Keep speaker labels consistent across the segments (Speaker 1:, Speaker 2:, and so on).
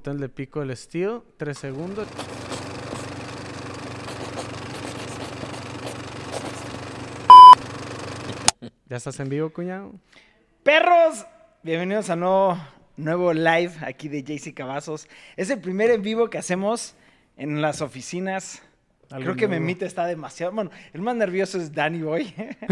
Speaker 1: Entonces le pico el steel, 3 segundos. ¿Ya estás en vivo, cuñado?
Speaker 2: Perros, bienvenidos a nuevo, nuevo live aquí de JC Cavazos. Es el primer en vivo que hacemos en las oficinas.
Speaker 1: Algo
Speaker 2: Creo que
Speaker 1: nuevo.
Speaker 2: Memita está demasiado. Bueno, el más nervioso es Danny Boy.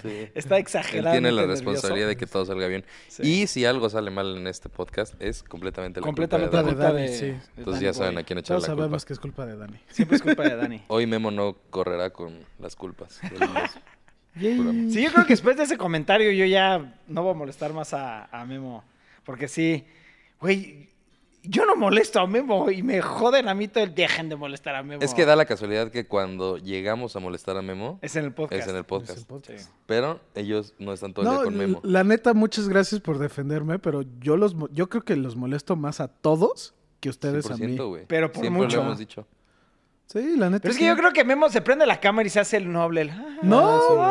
Speaker 3: Sí.
Speaker 2: está
Speaker 3: Él
Speaker 2: exagerado.
Speaker 3: tiene la responsabilidad de que todo salga bien. Y si algo sale mal en este podcast, es completamente la
Speaker 2: completamente
Speaker 3: culpa de
Speaker 2: la
Speaker 3: Dani.
Speaker 2: culpa de.
Speaker 1: Dani, sí.
Speaker 3: Entonces ya saben a
Speaker 2: aquí.
Speaker 3: quién echar
Speaker 1: Todos
Speaker 3: la culpa.
Speaker 1: sabemos que es culpa de Dani.
Speaker 2: Siempre es culpa de Dani.
Speaker 3: Hoy Memo no correrá con las culpas. de los- Juramos.
Speaker 2: Sí, yo creo que después de ese comentario yo ya no voy a molestar más a, a Memo. Porque sí, güey, yo no molesto a Memo y me joden a mí todo el dejen de molestar a Memo.
Speaker 3: es que da la casualidad que cuando llegamos a molestar a Memo, es,
Speaker 2: Es en el podcast.
Speaker 3: en el podcast.
Speaker 1: Es el podcast.
Speaker 3: Pero ellos no están todo el
Speaker 1: No,
Speaker 3: día con Memo.
Speaker 1: la neta, muchas gracias por defenderme, pero yo los mo- yo creo que los molesto más a todos que ustedes a mí.
Speaker 3: 100%, güey.
Speaker 2: Pero por
Speaker 3: Siempre
Speaker 2: mucho.
Speaker 3: lo hemos dicho.
Speaker 1: Sí, la neta.
Speaker 2: Pero es
Speaker 1: sí.
Speaker 2: que yo creo que Memo se prende la cámara y se hace el noble. el, "Ah".
Speaker 3: Ah,
Speaker 1: No,
Speaker 3: sí, güey.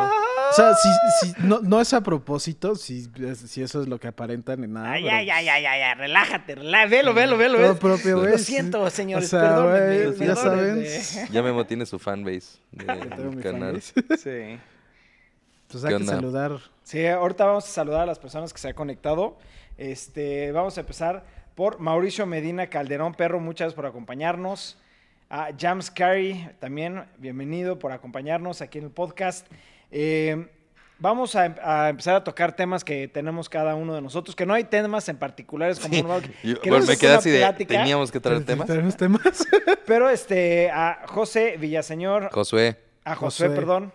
Speaker 1: o sea, si, si- no, no es a propósito, si, si eso es lo que aparentan en nada.
Speaker 2: Ay,
Speaker 1: pero-
Speaker 2: ay, ay, ay, ay, ay, relájate, relájate. Velo, velo, velo.
Speaker 1: Todo
Speaker 2: ¿ves?
Speaker 1: propio,
Speaker 3: Lo
Speaker 1: güey,
Speaker 2: Lo
Speaker 1: sí.
Speaker 2: siento, señores,
Speaker 1: O sea,
Speaker 2: perdónenme,
Speaker 1: güey, ya saben.
Speaker 2: perdónenme.
Speaker 3: Ya Memo tiene su fanbase
Speaker 1: Yo tengo
Speaker 3: del
Speaker 1: mi
Speaker 3: canal.
Speaker 1: fanbase.
Speaker 2: Sí.
Speaker 1: Pues hay
Speaker 3: Eh, ¿Qué
Speaker 1: que
Speaker 3: onda?
Speaker 1: saludar.
Speaker 2: Sí, ahorita vamos a saludar a las personas que se han conectado. Este, vamos a empezar por Mauricio Medina Calderón Perro, muchas gracias por acompañarnos. A James Carey, también bienvenido por acompañarnos aquí en el podcast. Eh, vamos a, em- a empezar a tocar temas que tenemos cada uno de nosotros, que no hay temas en particulares como normal, que-
Speaker 3: Yo-
Speaker 2: que
Speaker 3: bueno,
Speaker 2: no
Speaker 3: me
Speaker 2: es
Speaker 3: quedé
Speaker 2: una
Speaker 3: así de.
Speaker 2: plática,
Speaker 3: Teníamos que traer temas.
Speaker 1: Traemos temas.
Speaker 2: Pero este, a José Villaseñor,
Speaker 3: Josué,
Speaker 2: a Josué,
Speaker 1: Josué.
Speaker 2: perdón.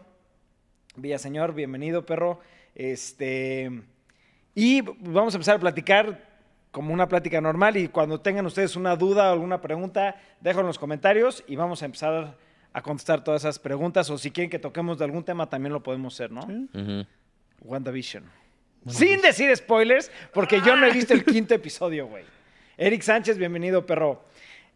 Speaker 2: Villaseñor, bienvenido, perro. Este. Y vamos a empezar a platicar como una plática normal. Y cuando tengan ustedes una duda o alguna pregunta, déjenlo en los comentarios y vamos a empezar a contestar todas esas preguntas. O si quieren que toquemos de algún tema, también lo podemos hacer, ¿no?
Speaker 3: ujú,
Speaker 2: WandaVision. Sin decir spoilers, porque yo no he visto el quinto episodio, güey. Eric Sánchez, bienvenido, perro.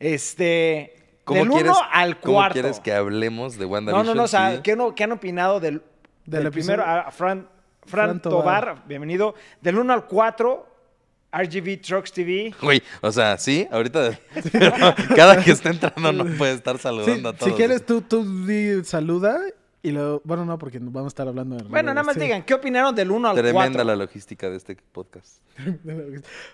Speaker 2: Este.
Speaker 3: ¿Cómo
Speaker 2: del
Speaker 3: quieres-
Speaker 2: uno al
Speaker 3: ¿Cómo
Speaker 2: cuarto.
Speaker 3: quieres que hablemos de
Speaker 2: No,
Speaker 3: WandaVision?
Speaker 2: no, no, o sea,
Speaker 3: Sí.
Speaker 2: ¿qué, no- qué han opinado del,
Speaker 1: Del
Speaker 2: del
Speaker 1: episodio.
Speaker 2: primero? A a Fran, Fran,
Speaker 1: Fran Tobar.
Speaker 2: Tobar, bienvenido. Del 1 al 4, RGB Trucks TV.
Speaker 3: Güey, o sea, sí, ahorita. pero cada que está entrando no puede estar
Speaker 1: Sí,
Speaker 3: saludando a todos.
Speaker 1: si quieres, tú, tú di saluda y luego. Bueno, no, porque vamos a estar hablando de.
Speaker 2: Bueno, nada más
Speaker 1: sí.
Speaker 2: digan, ¿qué opinaron del 1 al 4?
Speaker 3: Tremenda la logística de este podcast.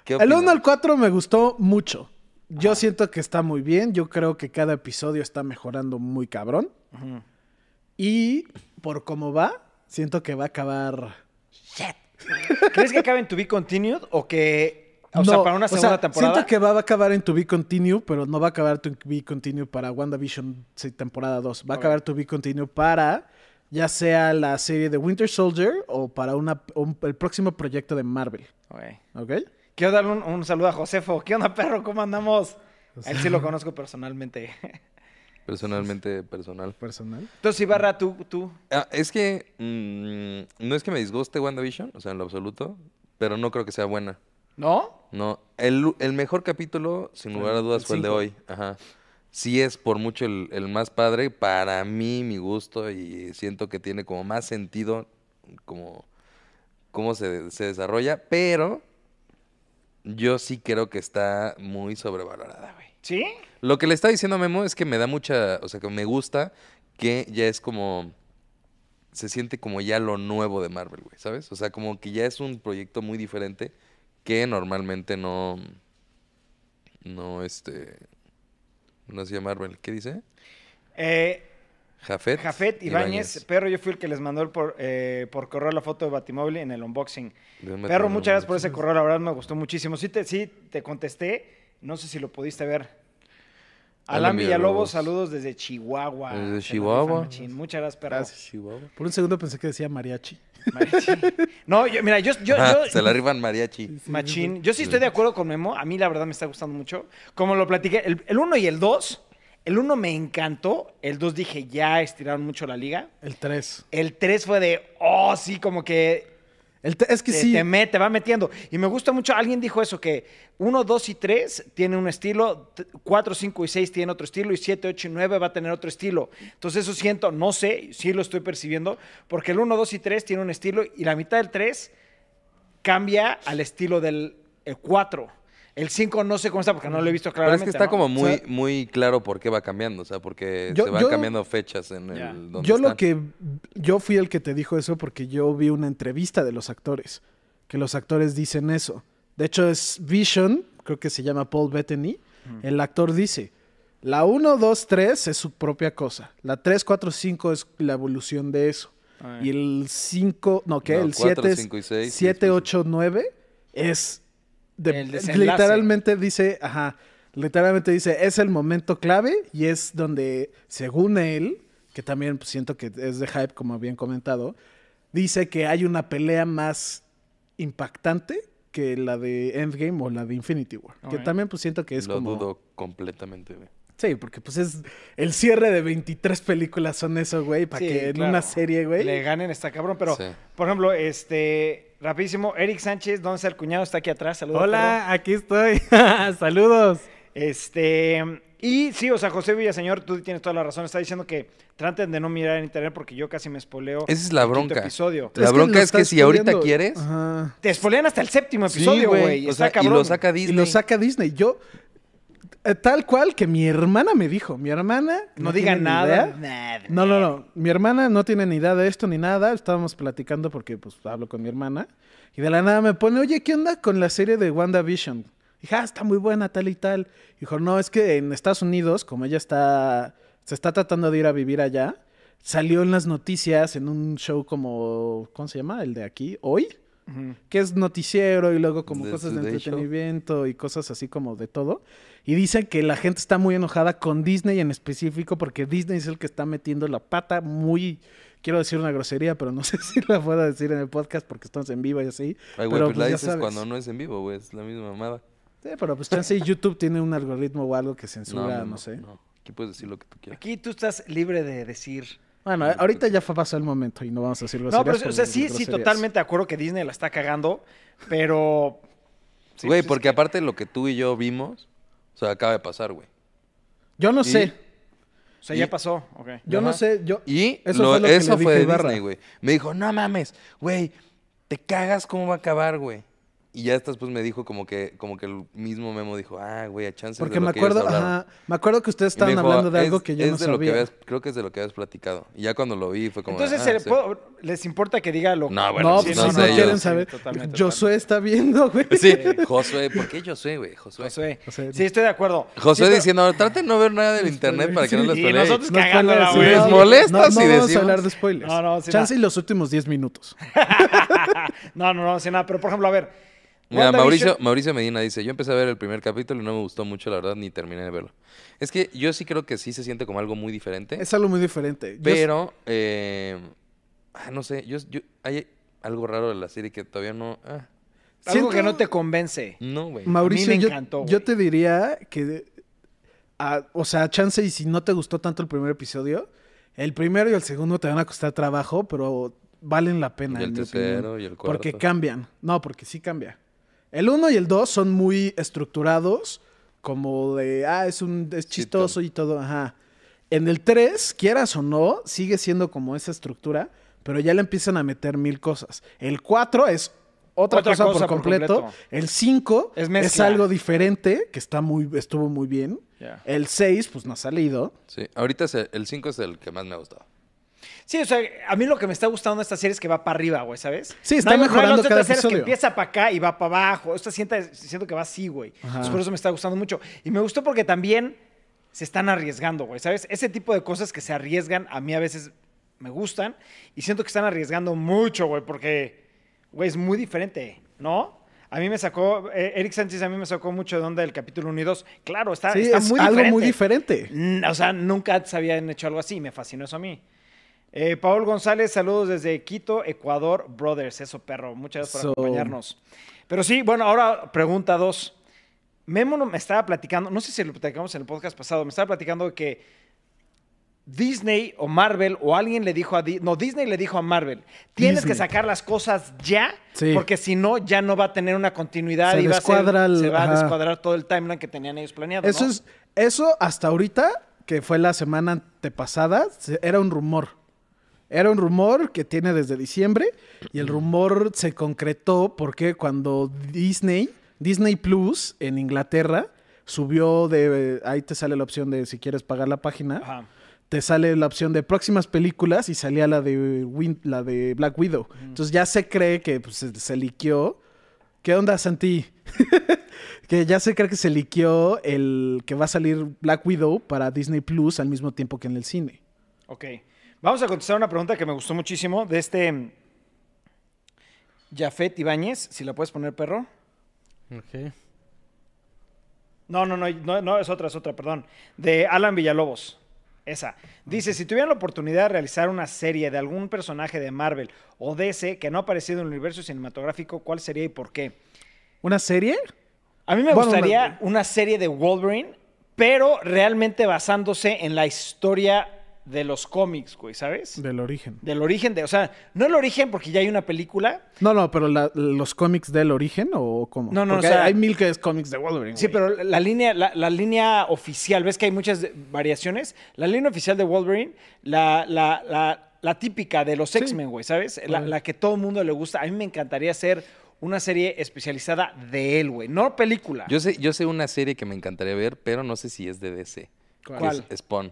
Speaker 3: ¿Qué
Speaker 1: El
Speaker 3: opinas?
Speaker 1: 1 al 4 me gustó mucho. Yo siento que está muy bien. Yo creo que cada episodio está mejorando muy cabrón. Y por cómo va, siento que va a acabar.
Speaker 2: ¿Crees que acaben to be continued o que... O sea,
Speaker 1: No,
Speaker 2: para una
Speaker 1: o sea,
Speaker 2: segunda temporada.
Speaker 1: Siento que va va a acabar en To Be Continue, pero no va a acabar To Be Continue para WandaVision sí, temporada 2. Va a
Speaker 2: Ok.
Speaker 1: acabar To Be Continue para ya sea la serie de Winter Soldier o para una, un- el próximo proyecto de Marvel.
Speaker 2: Ok.
Speaker 1: ¿Ok?
Speaker 2: Quiero darle un, un saludo a Josefo. ¿Qué onda, perro? ¿Cómo andamos? A él sí lo conozco personalmente.
Speaker 3: Personalmente, personal.
Speaker 1: Personal.
Speaker 2: Entonces, Ibarra, tú, tú.
Speaker 3: Ah, es que. mm, no es que me disguste WandaVision, o sea, en lo absoluto. Pero no creo que sea buena.
Speaker 2: ¿No?
Speaker 3: No, el, el mejor capítulo, sin lugar a dudas, fue el de
Speaker 1: cinco.
Speaker 3: hoy. Ajá. Sí es por mucho el, el más padre, para mí, mi gusto, y siento que tiene como más sentido como cómo se, se desarrolla, pero yo sí creo que está muy sobrevalorada, güey.
Speaker 2: ¿Sí?
Speaker 3: Lo que le está diciendo a Memo es que me da mucha, o sea, que me gusta que ya es como, se siente como ya lo nuevo de Marvel, güey, ¿sabes? O sea, como que ya es un proyecto muy diferente que normalmente no, no, este, no hacía Marvel. ¿Qué dice?
Speaker 2: Eh,
Speaker 3: Jafet.
Speaker 2: Jafet Ibáñez,
Speaker 3: Ibáñez.
Speaker 2: perro, yo fui el que les mandó el por, eh, por correo la foto de Batimóvil en el unboxing.
Speaker 3: Déjame
Speaker 2: Perro,
Speaker 3: tomar
Speaker 2: muchas gracias por
Speaker 3: un-
Speaker 2: ese correo, la verdad me gustó muchísimo. Sí te, sí, te contesté, no sé si lo pudiste ver. Alan
Speaker 3: Alan
Speaker 2: Villalobos,
Speaker 3: Villalobos.
Speaker 2: saludos desde Chihuahua.
Speaker 3: Desde
Speaker 2: Se la rifan
Speaker 3: Chihuahua.
Speaker 2: machín. Muchas gracias, perro.
Speaker 3: Chihuahua.
Speaker 1: Por un segundo pensé que decía mariachi.
Speaker 2: Mariachi. No, yo- mira, yo, yo,
Speaker 3: Ajá,
Speaker 2: yo-
Speaker 3: Ah, se la rifan mariachi.
Speaker 2: machín. Yo sí estoy de acuerdo con Memo, a mí la verdad me está gustando mucho. Como lo platiqué, el 1 y el 2, el 1 me encantó, el 2 dije ya estiraron mucho la liga.
Speaker 1: El 3.
Speaker 2: El 3 fue de, oh, sí, como que
Speaker 1: El te- es que
Speaker 2: te,
Speaker 1: sí.
Speaker 2: te mete, te va metiendo. Y me gusta mucho, alguien dijo eso, que 1, 2 y 3 tiene un estilo, 4, 5 y 6 tiene otro estilo, y 7, 8 y 9 va a tener otro estilo. Entonces eso siento, no sé, sí lo estoy percibiendo, porque el 1, 2 y 3 tiene un estilo y la mitad del 3 cambia al estilo del 4. El 5 no sé cómo está porque no lo he visto
Speaker 3: Pero es
Speaker 2: claramente.
Speaker 3: que está
Speaker 2: ¿no?
Speaker 3: como
Speaker 1: O
Speaker 3: muy,
Speaker 1: sea-
Speaker 3: muy claro por qué va cambiando, o sea, porque
Speaker 1: Yo-
Speaker 3: se van
Speaker 1: yo-
Speaker 3: cambiando fechas en el
Speaker 2: Ya.
Speaker 3: donde
Speaker 1: yo lo
Speaker 3: están.
Speaker 1: que yo fui el que te dijo eso porque yo vi una entrevista de los actores que los actores dicen eso. De hecho es Vision, creo que se llama Paul Bettany, el actor dice, la 1 2 3 es su propia cosa, la 3 4 5 es la evolución de eso
Speaker 2: Ah,
Speaker 1: y el 5, no, que
Speaker 3: No,
Speaker 1: el
Speaker 3: cuatro,
Speaker 1: 7
Speaker 3: cinco y seis,
Speaker 1: 7
Speaker 3: y
Speaker 1: 8 9 es de-
Speaker 2: El desenlace.
Speaker 1: literalmente dice, ajá, literalmente dice, es el momento clave y es donde, según él, que también pues, siento que es de hype, como habían comentado, dice que hay una pelea más impactante que la de Endgame o la de Infinity War. Que
Speaker 2: Ok.
Speaker 1: también pues siento que es
Speaker 3: lo
Speaker 1: como...
Speaker 3: dudo completamente, güey.
Speaker 1: Sí, porque pues es el cierre de 23 películas son eso, güey, para
Speaker 2: Sí,
Speaker 1: que en
Speaker 2: claro.
Speaker 1: una serie, güey...
Speaker 2: Le ganen, está cabrón, pero,
Speaker 3: Sí.
Speaker 2: por ejemplo, este, rapidísimo, Eric Sánchez, ¿dónde está el cuñado? Está aquí atrás, saludos.
Speaker 4: Hola, aquí estoy. Saludos.
Speaker 2: perro. Este, y sí, o sea, José Villaseñor, tú tienes toda la razón, está diciendo que traten de no mirar en internet porque yo casi me espoleo.
Speaker 3: Esa es la
Speaker 2: el quinto
Speaker 3: bronca.
Speaker 2: episodio.
Speaker 3: La
Speaker 1: lo
Speaker 3: bronca es que
Speaker 1: estás
Speaker 3: si ahorita
Speaker 1: pidiendo.
Speaker 3: quieres-
Speaker 1: Ajá.
Speaker 2: Te espolean hasta el séptimo
Speaker 3: Sí,
Speaker 2: episodio, güey.
Speaker 3: O
Speaker 2: está
Speaker 3: sea, y
Speaker 2: cabrón.
Speaker 3: lo saca Disney.
Speaker 1: Y lo saca Disney. Yo, eh, tal cual que mi hermana me dijo, mi hermana...
Speaker 2: No digan
Speaker 1: tiene ni
Speaker 2: nada.
Speaker 1: idea.
Speaker 2: Nada.
Speaker 1: No, no, no. Mi hermana no tiene ni idea de esto ni nada. Estábamos platicando porque pues hablo con mi hermana. Y de la nada me pone, oye, ¿qué onda con la serie de WandaVision? Dije, ah, está muy buena, tal y tal. Dijo, no, es que en Estados Unidos, como ella está, se está tratando de ir a vivir allá, salió en las noticias en un show como, ¿cómo se llama? El de aquí, hoy
Speaker 2: Ujú.
Speaker 1: que es noticiero y luego como
Speaker 3: The
Speaker 1: cosas de
Speaker 3: Today Show.
Speaker 1: entretenimiento y cosas así como de todo. Y dicen que la gente está muy enojada con Disney en específico porque Disney es el que está metiendo la pata muy... Quiero decir una grosería, pero no sé si la pueda decir en el podcast porque estamos en vivo y así.
Speaker 3: Ay, güey,
Speaker 1: pero
Speaker 3: pues la
Speaker 1: pues ya
Speaker 3: dices
Speaker 1: sabes.
Speaker 3: cuando no es en vivo, güey, es la misma mamada.
Speaker 1: Sí, pero pues chance y YouTube tiene un algoritmo o algo que
Speaker 3: No,
Speaker 1: censura, no,
Speaker 3: no, no,
Speaker 1: sé.
Speaker 3: no. Aquí puedes decir lo que tú quieras.
Speaker 2: Aquí tú estás libre de decir.
Speaker 1: Bueno, eh, ahorita ya fue- pasó el momento y no vamos a decir
Speaker 2: No,
Speaker 1: groserías.
Speaker 2: pero, sí, o sea,
Speaker 1: por
Speaker 2: sí, sí,
Speaker 1: groserías.
Speaker 2: totalmente de acuerdo que Disney la está cagando, pero. sí,
Speaker 3: güey,
Speaker 2: pues es
Speaker 3: porque aparte lo que tú y yo vimos, o sea, acaba de pasar, güey.
Speaker 1: Yo no
Speaker 3: Y-
Speaker 1: sé,
Speaker 2: que- O sea, ya
Speaker 3: y-
Speaker 2: pasó. ok.
Speaker 1: yo no
Speaker 3: Ajá.
Speaker 1: sé, yo...
Speaker 3: Y
Speaker 1: Eso
Speaker 3: eso
Speaker 1: fue
Speaker 3: fue,
Speaker 1: lo que
Speaker 3: eso
Speaker 1: le dije
Speaker 3: fue
Speaker 1: a
Speaker 3: de
Speaker 1: Ibarra.
Speaker 3: Disney, güey. Me dijo, no mames, güey, te cagas cómo va a acabar, güey. Y ya después me dijo como que, como que el mismo Memo dijo, ah, güey, a chances
Speaker 1: Porque
Speaker 3: de lo
Speaker 1: me
Speaker 3: que ellos
Speaker 1: acuerdo,
Speaker 3: hablaron".
Speaker 1: ajá, me acuerdo que ustedes
Speaker 3: Y me
Speaker 1: estaban
Speaker 3: dijo, "Ah,
Speaker 1: hablando de
Speaker 3: "Es-
Speaker 1: algo que yo
Speaker 3: es
Speaker 1: no
Speaker 3: de
Speaker 1: sabía.
Speaker 3: lo que habías- creo que es de lo que habías platicado. Y ya cuando lo vi fue como.
Speaker 2: Entonces,
Speaker 3: "Ah,
Speaker 2: ¿se le
Speaker 3: sí".
Speaker 2: puedo- ¿les importa que diga lo
Speaker 3: No,
Speaker 1: no,
Speaker 3: bueno,
Speaker 1: pues
Speaker 3: sí,
Speaker 1: no,
Speaker 3: no
Speaker 1: no,
Speaker 3: sé, yo-
Speaker 1: quieren saber.
Speaker 2: Totalmente,
Speaker 1: Josué está viendo, güey.
Speaker 3: Sí, Josué, ¿por qué Josué, güey? Josué. Josué,
Speaker 2: Josué.
Speaker 1: Josué.
Speaker 2: Sí, estoy de acuerdo. Sí, pero-
Speaker 3: diciendo, traten de no ver nada del internet para que no les
Speaker 2: Y
Speaker 3: peleen.
Speaker 2: nosotros-
Speaker 1: No
Speaker 2: Cagándola,
Speaker 1: spoilers,
Speaker 3: güey.
Speaker 1: sí,
Speaker 3: ¿Les
Speaker 1: no,
Speaker 3: molesta
Speaker 1: no,
Speaker 3: si
Speaker 1: no vamos a
Speaker 3: decimos?
Speaker 1: hablar de spoilers.
Speaker 2: No, no, sí,
Speaker 1: Chance
Speaker 2: va.
Speaker 1: y los últimos 10 minutos.
Speaker 2: No, no, no, sí, nada, pero por ejemplo, a ver.
Speaker 3: Mira,
Speaker 2: WandaVision-
Speaker 3: Mauricio, Mauricio Medina dice, yo empecé a ver el primer capítulo y no me gustó mucho, la verdad, ni terminé de verlo. Es que yo sí creo que sí se siente como algo muy diferente,
Speaker 1: Es algo muy diferente. Yo-
Speaker 3: pero, eh, ah, no sé, yo, yo- hay algo raro de la serie que todavía no... ah,
Speaker 2: Algo
Speaker 1: siento-
Speaker 2: que no te convence.
Speaker 3: no, güey.
Speaker 1: Mauricio,
Speaker 2: me
Speaker 1: yo,
Speaker 2: encantó, güey.
Speaker 1: yo te diría que, ah, o sea, chance y si no te gustó tanto el primer episodio, el primero y el segundo te van a costar trabajo, pero valen la pena.
Speaker 3: Y el
Speaker 1: en mi
Speaker 3: tercero
Speaker 1: opinión.
Speaker 3: y el
Speaker 1: Porque
Speaker 3: cuarto.
Speaker 1: cambian. No, porque sí cambia. El uno y el dos son muy estructurados, como de, ah, es, un, es chistoso y todo, ajá. En el 3, quieras o no, sigue siendo como esa estructura, pero ya le empiezan a meter mil cosas. El 4 es otra,
Speaker 2: Otra
Speaker 1: cosa,
Speaker 2: cosa
Speaker 1: por
Speaker 2: por
Speaker 1: completo.
Speaker 2: completo.
Speaker 1: El 5
Speaker 2: Es
Speaker 1: es,
Speaker 2: mezcla.
Speaker 1: algo diferente, que está muy, estuvo muy bien.
Speaker 2: Ya.
Speaker 1: El 6, pues no ha salido.
Speaker 3: Sí, ahorita es el- el 5 es el que más me ha gustado.
Speaker 2: Sí, o sea, a mí lo que me está gustando de esta serie es que va para arriba, güey, ¿sabes?
Speaker 1: Sí, está
Speaker 2: hay- hay
Speaker 1: mejorando
Speaker 2: otras
Speaker 1: cada
Speaker 2: series que
Speaker 1: episodio.
Speaker 2: empieza para acá y va para abajo. Esta sienta- siento que va así, güey. Entonces, por eso me está gustando mucho. Y me gustó porque también se están arriesgando, güey, ¿sabes? Ese tipo de cosas que se arriesgan a mí a veces me gustan y siento que están arriesgando mucho, güey, porque, güey, es muy diferente, ¿no? A mí me sacó, eh, Eric Sánchez a mí me sacó mucho de onda del capítulo 1 y 2. Claro, está,
Speaker 1: Sí,
Speaker 2: está
Speaker 1: es
Speaker 2: muy
Speaker 1: algo
Speaker 2: diferente.
Speaker 1: muy diferente.
Speaker 2: Mm, O sea, nunca se habían hecho algo así. Me fascinó eso a mí. Eh, Paul González, saludos desde Quito, Ecuador, Brothers. Eso, perro. Muchas gracias por
Speaker 1: Eso.
Speaker 2: acompañarnos. Pero sí, bueno, ahora pregunta dos. Memo no- me estaba platicando, no sé si lo platicamos en el podcast pasado, me estaba platicando de que Disney o Marvel o alguien le dijo a Di- no, Disney le dijo a Marvel, tienes
Speaker 1: Disney.
Speaker 2: que sacar las cosas ya,
Speaker 1: Sí.
Speaker 2: porque si no, ya no va a tener una continuidad
Speaker 1: Se
Speaker 2: y va a, ser-
Speaker 1: descuadra el-
Speaker 2: se va a
Speaker 1: ajá.
Speaker 2: descuadrar todo el timeline que tenían ellos planeado.
Speaker 1: Eso
Speaker 2: ¿no?
Speaker 1: es, eso hasta ahorita, que fue la semana antepasada, se- era un rumor. Era un rumor que tiene desde diciembre y el rumor se concretó porque cuando Disney Disney Plus en Inglaterra subió de. Ahí te sale la opción de si quieres pagar la página.
Speaker 2: Ajá.
Speaker 1: Te sale la opción de próximas películas y salía la de, Win- la de Black Widow. Entonces ya se cree que pues, se, se liqueó. ¿Qué onda, Santi? que ya se cree que se liqueó el que va a salir Black Widow para Disney Plus al mismo tiempo que en el cine.
Speaker 2: Ok. Vamos a contestar una pregunta que me gustó muchísimo de este mm, Jafet Ibáñez, si la puedes poner perro.
Speaker 4: Ok.
Speaker 2: No, no, no, no, no, es otra, es otra, perdón. De Alan Villalobos. Esa. Dice, si tuvieran la oportunidad de realizar una serie de algún personaje de Marvel o DC que no ha aparecido en el universo cinematográfico, ¿cuál sería y por qué?
Speaker 1: ¿Una serie?
Speaker 2: A mí me
Speaker 1: Bueno,
Speaker 2: gustaría
Speaker 1: una-
Speaker 2: una serie de Wolverine, pero realmente basándose en la historia de los cómics, güey, ¿sabes?
Speaker 1: Del origen.
Speaker 2: Del origen de, o sea, no el origen porque ya hay una película.
Speaker 1: No, no, pero la- los cómics del origen o cómo?
Speaker 2: No, no,
Speaker 1: Porque
Speaker 2: o sea-
Speaker 1: hay, hay mil que es cómics de Wolverine.
Speaker 2: Sí,
Speaker 1: güey.
Speaker 2: pero la línea, la, la línea oficial, ves que hay muchas de- variaciones. La línea oficial de Wolverine, la, la- la- la típica de los X-Men, güey, ¿sabes? La, la que todo el mundo le gusta. A mí me encantaría hacer una serie especializada de él, güey. No película.
Speaker 3: Yo sé, yo sé una serie que me encantaría ver, pero no sé si es de DC. que
Speaker 2: ¿Cuál?
Speaker 3: es Spawn.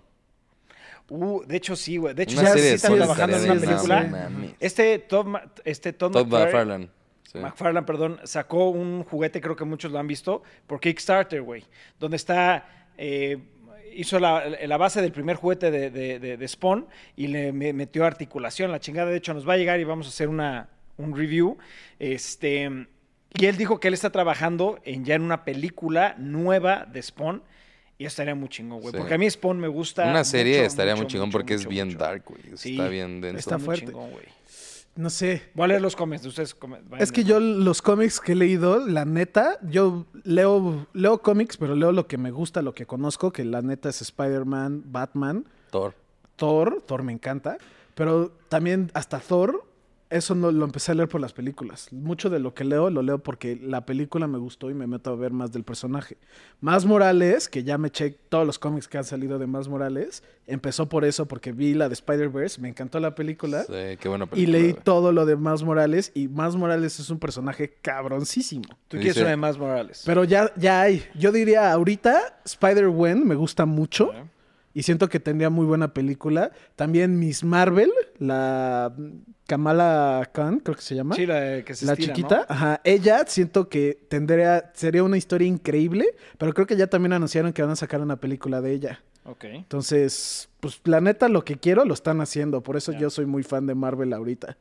Speaker 2: Uh, de hecho, sí, güey. De hecho,
Speaker 3: Una
Speaker 2: ya
Speaker 3: serie
Speaker 2: sí
Speaker 3: de
Speaker 2: están
Speaker 1: Sol
Speaker 2: trabajando en
Speaker 1: estaría
Speaker 2: una
Speaker 1: de
Speaker 2: película.
Speaker 1: madre.
Speaker 3: mames.
Speaker 2: Este Todd, Ma- este Todd
Speaker 3: Todd
Speaker 2: McFarlane-
Speaker 3: McFarlane. sí.
Speaker 2: McFarlane, perdón, sacó un juguete, creo que muchos lo han visto, por Kickstarter, güey. Donde está. eh, hizo la, la base del primer juguete de, de- de- de Spawn y le me- metió articulación. La chingada, de hecho, nos va a llegar y vamos a hacer una, un review. Este. Y él dijo que él está trabajando en, ya en una película nueva de Spawn. Y estaría muy chingón, güey.
Speaker 3: Sí.
Speaker 2: Porque a mí Spawn me gusta.
Speaker 3: Una serie
Speaker 2: mucho,
Speaker 3: estaría
Speaker 2: mucho,
Speaker 3: muy chingón
Speaker 2: mucho,
Speaker 3: porque es
Speaker 2: mucho,
Speaker 3: bien
Speaker 2: mucho.
Speaker 3: dark, güey.
Speaker 2: Sí,
Speaker 3: Está bien denso.
Speaker 1: está
Speaker 2: Muy
Speaker 1: fuerte.
Speaker 2: chingón, güey.
Speaker 1: No sé.
Speaker 2: Voy a leer los comments de ustedes. comen- vayan
Speaker 1: Es que
Speaker 2: viendo.
Speaker 1: yo los cómics que he leído, la neta, yo leo, leo cómics, pero leo lo que me gusta, lo que conozco, que la neta es Spider-Man, Batman,
Speaker 3: Thor.
Speaker 1: Thor, Thor me encanta, pero también hasta Thor, eso no, lo empecé a leer por las películas. Mucho de lo que leo lo leo porque la película me gustó y me meto a ver más del personaje. Más Morales, que ya me eché todos los cómics que han salido de Más Morales, empezó por eso porque vi la de Spider-Verse, me encantó la película.
Speaker 3: Sí, qué buena
Speaker 1: Y
Speaker 3: película.
Speaker 1: leí
Speaker 3: güey.
Speaker 1: todo lo de Más Morales y Más Morales es un personaje cabroncísimo.
Speaker 2: Tú quieres
Speaker 3: Dice-
Speaker 2: una de más Morales.
Speaker 1: Pero ya, ya hay. Yo diría ahorita Spider-Wen me gusta mucho
Speaker 2: Ajá.
Speaker 1: y siento que tendría muy buena película. También Miss Marvel, la mm, Kamala Khan, creo que se llama.
Speaker 2: Sí, la de que se
Speaker 1: la
Speaker 2: estira, ¿no?
Speaker 1: chiquita, ajá, ella siento que tendría, sería una historia increíble, pero creo que ya también anunciaron que van a sacar una película de ella.
Speaker 2: Ok.
Speaker 1: Entonces, pues la neta, lo que quiero lo están haciendo, por eso
Speaker 2: Ya.
Speaker 1: yo soy muy fan de Marvel ahorita.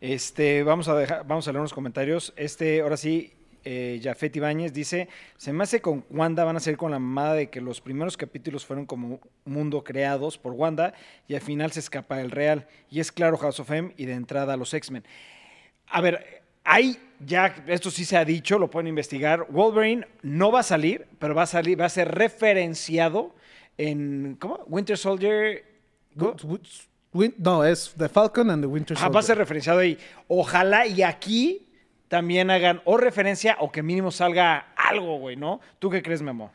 Speaker 2: Este, vamos a dejar, vamos a leer unos comentarios. Este, ahora sí, eh, Jafet Ibáñez dice: Se me hace con Wanda van a salir con la mamada de que los primeros capítulos fueron como mundo creados por Wanda y al final se escapa el real. Y es claro, House of M y de entrada a los X-Men. A ver, hay ya, esto sí se ha dicho, lo pueden investigar. Wolverine no va a salir, pero va a salir, va a ser referenciado en. ¿Cómo? Winter Soldier. ¿cómo?
Speaker 1: Win- no, es The Falcon and the Winter
Speaker 2: Ajá,
Speaker 3: Ah,
Speaker 1: Soldier.
Speaker 2: va a ser referenciado ahí. Ojalá y aquí también hagan o referencia o que mínimo salga algo, güey, ¿no? ¿Tú qué crees, Memo?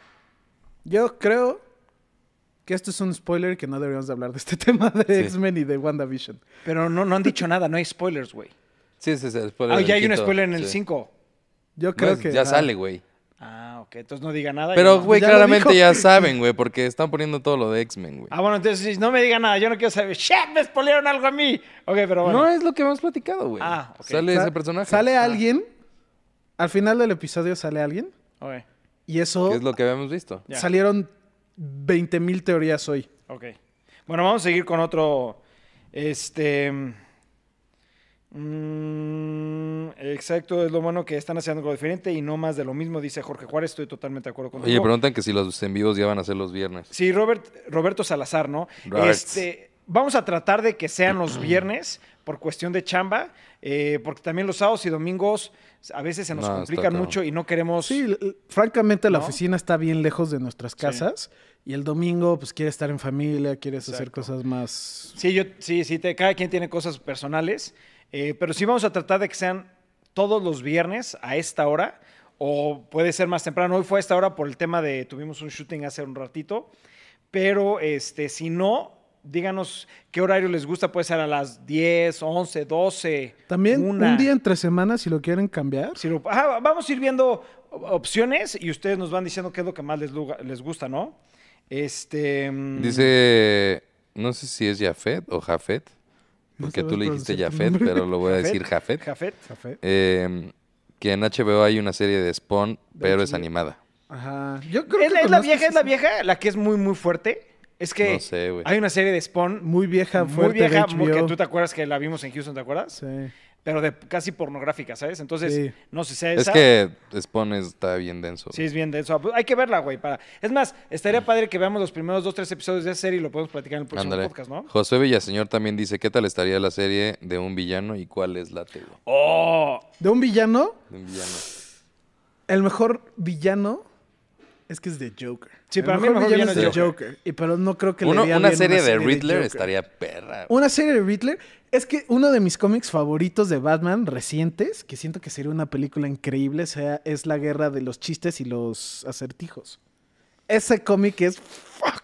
Speaker 1: Yo creo que esto es un spoiler que no deberíamos de hablar de este tema de
Speaker 3: Sí.
Speaker 1: X-Men y de WandaVision.
Speaker 2: Pero no, no han dicho nada, no hay spoilers, güey.
Speaker 3: Sí, sí, sí. el spoiler
Speaker 2: Ah,
Speaker 3: del
Speaker 2: ya hay un
Speaker 3: quinto,
Speaker 2: spoiler en el
Speaker 3: sí.
Speaker 2: 5.
Speaker 1: Yo
Speaker 3: No,
Speaker 1: creo
Speaker 3: es-
Speaker 1: que...
Speaker 3: Pues, Ya
Speaker 1: ah,
Speaker 3: sale, güey.
Speaker 2: Ah, ok, entonces no diga nada.
Speaker 3: Pero,
Speaker 2: yo no-
Speaker 3: güey,
Speaker 1: ya lo
Speaker 3: claramente
Speaker 1: dijo.
Speaker 3: ya saben, güey, porque están poniendo todo lo de X-Men, güey.
Speaker 2: Ah, bueno, entonces no me diga nada, yo no quiero saber. ¡Shit! Me spoilearon algo a mí. Ok, pero bueno.
Speaker 3: No es lo que hemos platicado, güey.
Speaker 2: Ah, ok.
Speaker 3: Sale
Speaker 1: sa-
Speaker 3: ese personaje. Ah.
Speaker 1: Sale alguien, al final del episodio sale alguien,
Speaker 2: Ok,
Speaker 1: y eso
Speaker 3: Que es lo que habíamos visto.
Speaker 2: ya,
Speaker 1: salieron 20 mil teorías hoy.
Speaker 2: ok. Bueno, vamos a seguir con otro. Este. mm, exacto, es lo bueno que están haciendo algo diferente y no más de lo mismo, dice Jorge Juárez. Estoy totalmente de acuerdo con
Speaker 3: Oye, preguntan que si los en vivos ya van a ser los viernes.
Speaker 2: Sí, Robert, Roberto Salazar, ¿no?
Speaker 3: Robert.
Speaker 2: Este, vamos a tratar de que sean los viernes por cuestión de chamba, eh, porque también los sábados y domingos a veces se nos
Speaker 3: No, está
Speaker 2: complican
Speaker 3: cabrón.
Speaker 2: mucho y no queremos...
Speaker 1: Sí, l- l- francamente la
Speaker 2: ¿No?
Speaker 1: oficina está bien lejos de nuestras casas, y el domingo pues quieres estar en familia, quieres hacer
Speaker 2: Exacto.
Speaker 1: cosas más...
Speaker 2: Sí, yo, sí, sí, te- cada quien tiene cosas personales, eh, pero sí vamos a tratar de que sean todos los viernes a esta hora, o puede ser más temprano. Hoy fue a esta hora por el tema de, tuvimos un shooting hace un ratito, pero este, si no, díganos qué horario les gusta. Puede ser a las 10, 11, 12.
Speaker 1: También
Speaker 2: una.
Speaker 1: un día entre semanas, si lo quieren cambiar.
Speaker 2: Si lo- ajá, vamos a ir viendo o- opciones y ustedes nos van diciendo qué es lo que más les, luga- les gusta, ¿no? Este. mm,
Speaker 3: Dice, no sé si es Jafet o Jafet,
Speaker 1: No
Speaker 3: porque tú
Speaker 1: sabes
Speaker 3: le dijiste
Speaker 1: pronunciar tu
Speaker 3: Jafet,
Speaker 1: nombre.
Speaker 3: pero lo voy a decir Jafet.
Speaker 2: Jafet.
Speaker 3: Eh, que en HBO hay una serie de Spawn, pero es animada.
Speaker 1: Ajá. Yo creo
Speaker 2: ¿Es,
Speaker 1: que
Speaker 2: la- es la
Speaker 1: conozco
Speaker 2: vieja,
Speaker 1: esa
Speaker 2: es la vieja, la que es muy, muy fuerte. Es que
Speaker 3: No sé, güey.
Speaker 2: hay una serie de Spawn muy,
Speaker 1: Muy vieja, fuerte
Speaker 2: vieja,
Speaker 1: de
Speaker 2: muy- que
Speaker 1: HBO.
Speaker 2: tú te acuerdas que la vimos en Houston, ¿te acuerdas?
Speaker 1: Sí.
Speaker 2: Pero de casi pornográfica, ¿sabes? Entonces,
Speaker 1: Sí.
Speaker 2: no sé si sea
Speaker 3: Es
Speaker 2: esa.
Speaker 3: que Spawn está bien denso.
Speaker 2: Sí, es bien de eso. Hay que verla, güey. Para... Es más,
Speaker 3: Mm.
Speaker 2: estaría padre que veamos los primeros dos, tres episodios de esa serie y lo podemos platicar en el próximo
Speaker 3: Ándale.
Speaker 2: podcast, ¿no?
Speaker 3: José Villaseñor también dice, ¿qué tal estaría la serie de un villano y cuál es la tele?
Speaker 2: ¡Oh!
Speaker 1: De un villano,
Speaker 3: De un villano.
Speaker 1: el mejor villano es que es de Joker.
Speaker 2: Sí, para mí el mejor villano
Speaker 3: es
Speaker 1: The Joker. Y pero no creo que le
Speaker 3: Uno-
Speaker 1: vaya
Speaker 3: una
Speaker 1: bien
Speaker 3: serie de
Speaker 1: serie
Speaker 3: Riddler
Speaker 1: Joker.
Speaker 3: estaría perra. güey.
Speaker 1: Una serie de Riddler es que uno de mis cómics favoritos de Batman recientes, que siento que sería una película increíble, sea, es la guerra de los chistes y los acertijos. Ese cómic es fuck.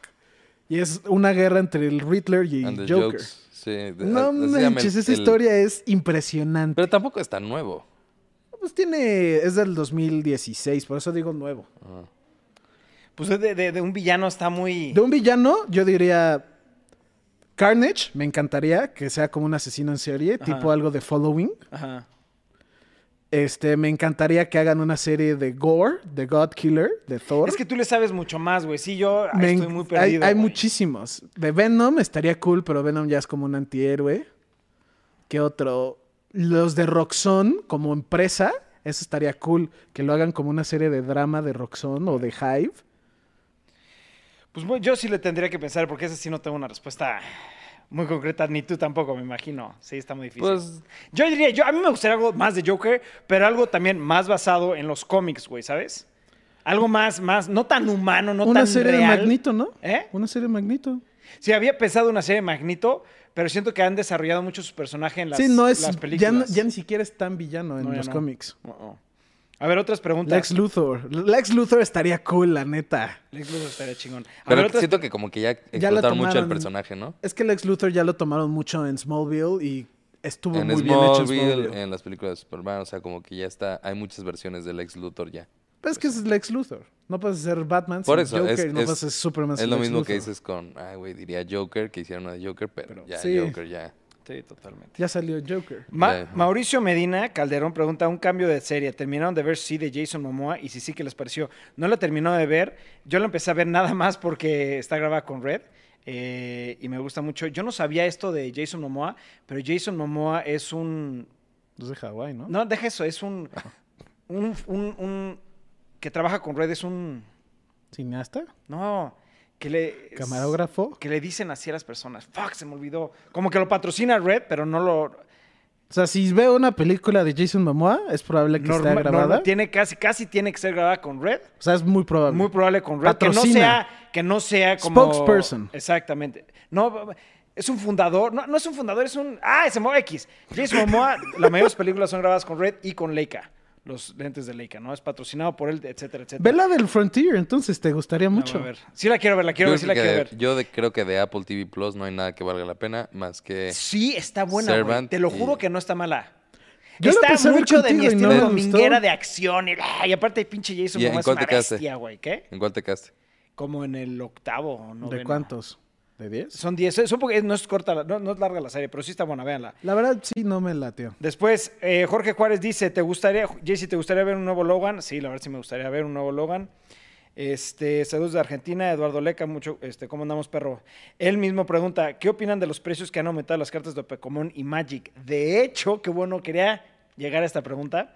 Speaker 1: Y es una guerra entre el Riddler y
Speaker 3: And the
Speaker 1: Joker.
Speaker 3: jokes. Sí, de-
Speaker 1: No
Speaker 3: así se llama el-
Speaker 1: manches, esa
Speaker 3: el-
Speaker 1: historia es impresionante.
Speaker 3: Pero tampoco es tan nuevo.
Speaker 1: Pues tiene. Es del 2016, por eso digo nuevo.
Speaker 2: Pues de, de- de un villano está muy.
Speaker 1: De un villano, yo diría. Carnage, me encantaría que sea como un asesino en serie,
Speaker 2: Ajá.
Speaker 1: tipo algo de Following.
Speaker 2: Ajá.
Speaker 1: Este, me encantaría que hagan una serie de Gore, de God Killer, de Thor.
Speaker 2: Es que tú le sabes mucho más, güey. Sí, yo ay,
Speaker 1: Me
Speaker 2: estoy
Speaker 1: en-
Speaker 2: muy
Speaker 1: hay-
Speaker 2: perdido.
Speaker 1: Hay,
Speaker 2: güey.
Speaker 1: muchísimos. De Venom estaría cool, pero Venom ya es como un antihéroe. ¿Qué otro? Los de Roxxon como empresa, eso estaría cool. Que lo hagan como una serie de drama de Roxxon o de Hive.
Speaker 2: Pues bueno, yo sí le tendría que pensar, porque esa sí no tengo una respuesta muy concreta, ni tú tampoco, me imagino. Sí, está muy difícil.
Speaker 3: Pues-
Speaker 2: yo diría, yo, a mí me gustaría algo más de Joker, pero algo también más basado en los cómics, güey, ¿sabes? Algo más, más, no tan humano, no
Speaker 1: una
Speaker 2: tan
Speaker 1: serie de
Speaker 2: real.
Speaker 1: Magneto, ¿no?
Speaker 2: ¿Eh?
Speaker 1: Una serie de Magneto.
Speaker 2: Sí, había pensado una serie de Magneto, pero siento que han desarrollado mucho su personaje en las,
Speaker 1: sí, no es.
Speaker 2: las
Speaker 1: Ya, no-
Speaker 2: películas.
Speaker 1: ya ni siquiera es tan villano en
Speaker 2: No, ya
Speaker 1: los
Speaker 2: no.
Speaker 1: cómics.
Speaker 2: Uh-uh. A ver, otras preguntas.
Speaker 1: Lex Luthor. Lex Luthor estaría cool, la neta.
Speaker 2: Lex Luthor estaría chingón. A
Speaker 3: Pero
Speaker 2: ver, otras-
Speaker 3: siento que como que ya
Speaker 1: Ya la
Speaker 3: explotaron mucho el
Speaker 1: tomaron.
Speaker 3: personaje, ¿no?
Speaker 1: Es que Lex Luthor ya lo tomaron mucho en Smallville y estuvo
Speaker 3: En
Speaker 1: muy bien hecho
Speaker 3: Smallville,
Speaker 1: Smallville.
Speaker 3: en las películas de Superman, o sea, como que ya está, hay muchas versiones del ex Luthor ya.
Speaker 1: Pero es que es Lex Luthor. No puedes ser Batman
Speaker 3: Por
Speaker 1: sin
Speaker 3: eso
Speaker 1: Joker
Speaker 3: es,
Speaker 1: y no
Speaker 3: es-
Speaker 1: puedes ser Superman
Speaker 3: es
Speaker 1: sin
Speaker 3: lo
Speaker 1: Lex
Speaker 3: mismo que
Speaker 1: Luthor.
Speaker 3: dices con, ay, güey, diría Joker, que hicieron una de Joker, pero, ya
Speaker 1: sí.
Speaker 3: Joker ya.
Speaker 2: Sí, totalmente.
Speaker 1: Ya salió Joker.
Speaker 2: Ma-
Speaker 3: Ya, ajá.
Speaker 2: Mauricio Medina Calderón pregunta un cambio de serie. ¿Terminaron de ver sí de Jason Momoa? Y si sí, ¿qué les pareció? No la terminó de ver. Yo la empecé a ver nada más porque está grabada con Red. eh, y me gusta mucho. Yo no sabía esto de Jason Momoa, pero Jason Momoa es un...
Speaker 1: Es de Hawái, ¿no?
Speaker 2: No, deja eso. Es un... Un... un- un- que trabaja con Red es un...
Speaker 1: ¿Cineasta?
Speaker 2: No, que le...
Speaker 1: ¿Camarógrafo?
Speaker 2: Que le dicen así a las personas. Fuck, se me olvidó. Como que lo patrocina Red, pero no lo...
Speaker 1: O sea, si veo una película de Jason Momoa, es probable que
Speaker 2: Norma-
Speaker 1: esté
Speaker 2: norma-
Speaker 1: grabada.
Speaker 2: tiene casi, casi tiene que ser grabada con Red.
Speaker 1: O sea, es muy probable.
Speaker 2: Muy probable con Red. Que no
Speaker 1: Patrocina.
Speaker 2: sea, que no sea como.
Speaker 1: Spokesperson.
Speaker 2: Exactamente. No, es un fundador. No, no es un fundador, es un. Ah, es Momoa X. Jason Momoa, la mayoría de sus películas son grabadas con Red y con Leica. Los lentes de Leica, ¿no? Es patrocinado por él, etcétera, etcétera.
Speaker 1: Ve la del Frontier, entonces te gustaría
Speaker 2: No,
Speaker 1: mucho.
Speaker 2: a ver. Sí la quiero ver, la quiero
Speaker 3: yo
Speaker 2: ver, sí la
Speaker 3: creo
Speaker 2: quiero
Speaker 3: que
Speaker 2: ver.
Speaker 3: de- yo de- creo que de Apple TV Plus no hay nada que valga la pena más que
Speaker 2: Sí, está buena, güey.
Speaker 3: Servant
Speaker 2: Te lo
Speaker 3: y-
Speaker 2: juro que no está mala.
Speaker 1: Yo la empecé
Speaker 2: está
Speaker 1: a ver
Speaker 2: mucho de mi
Speaker 1: contigo y
Speaker 2: estilo
Speaker 1: no me
Speaker 2: dominguera
Speaker 1: gustó.
Speaker 2: de acción. Y, la- y aparte, pinche Jason
Speaker 3: ¿Y en
Speaker 2: Momoa es
Speaker 3: cuál
Speaker 2: una
Speaker 3: te quedaste?
Speaker 2: bestia, güey. ¿Qué?
Speaker 3: ¿En cuál te caste?
Speaker 2: Como en el octavo o noveno.
Speaker 1: ¿De cuántos? ¿De 10?
Speaker 2: Son 10. Son porque no es corta, la- no, no es larga la serie, pero sí está buena, véanla.
Speaker 1: La verdad, sí, no me latió.
Speaker 2: Después, eh, Jorge Juárez dice, ¿te gustaría, Jesse, ¿te gustaría ver un nuevo Logan? Sí, la verdad sí me gustaría ver un nuevo Logan. Este, saludos de Argentina, Eduardo Leca, mucho, este, ¿cómo andamos, perro? Él mismo pregunta, ¿qué opinan de los precios que han aumentado las cartas de Pokémon y Magic? De hecho, qué bueno, quería llegar a esta pregunta.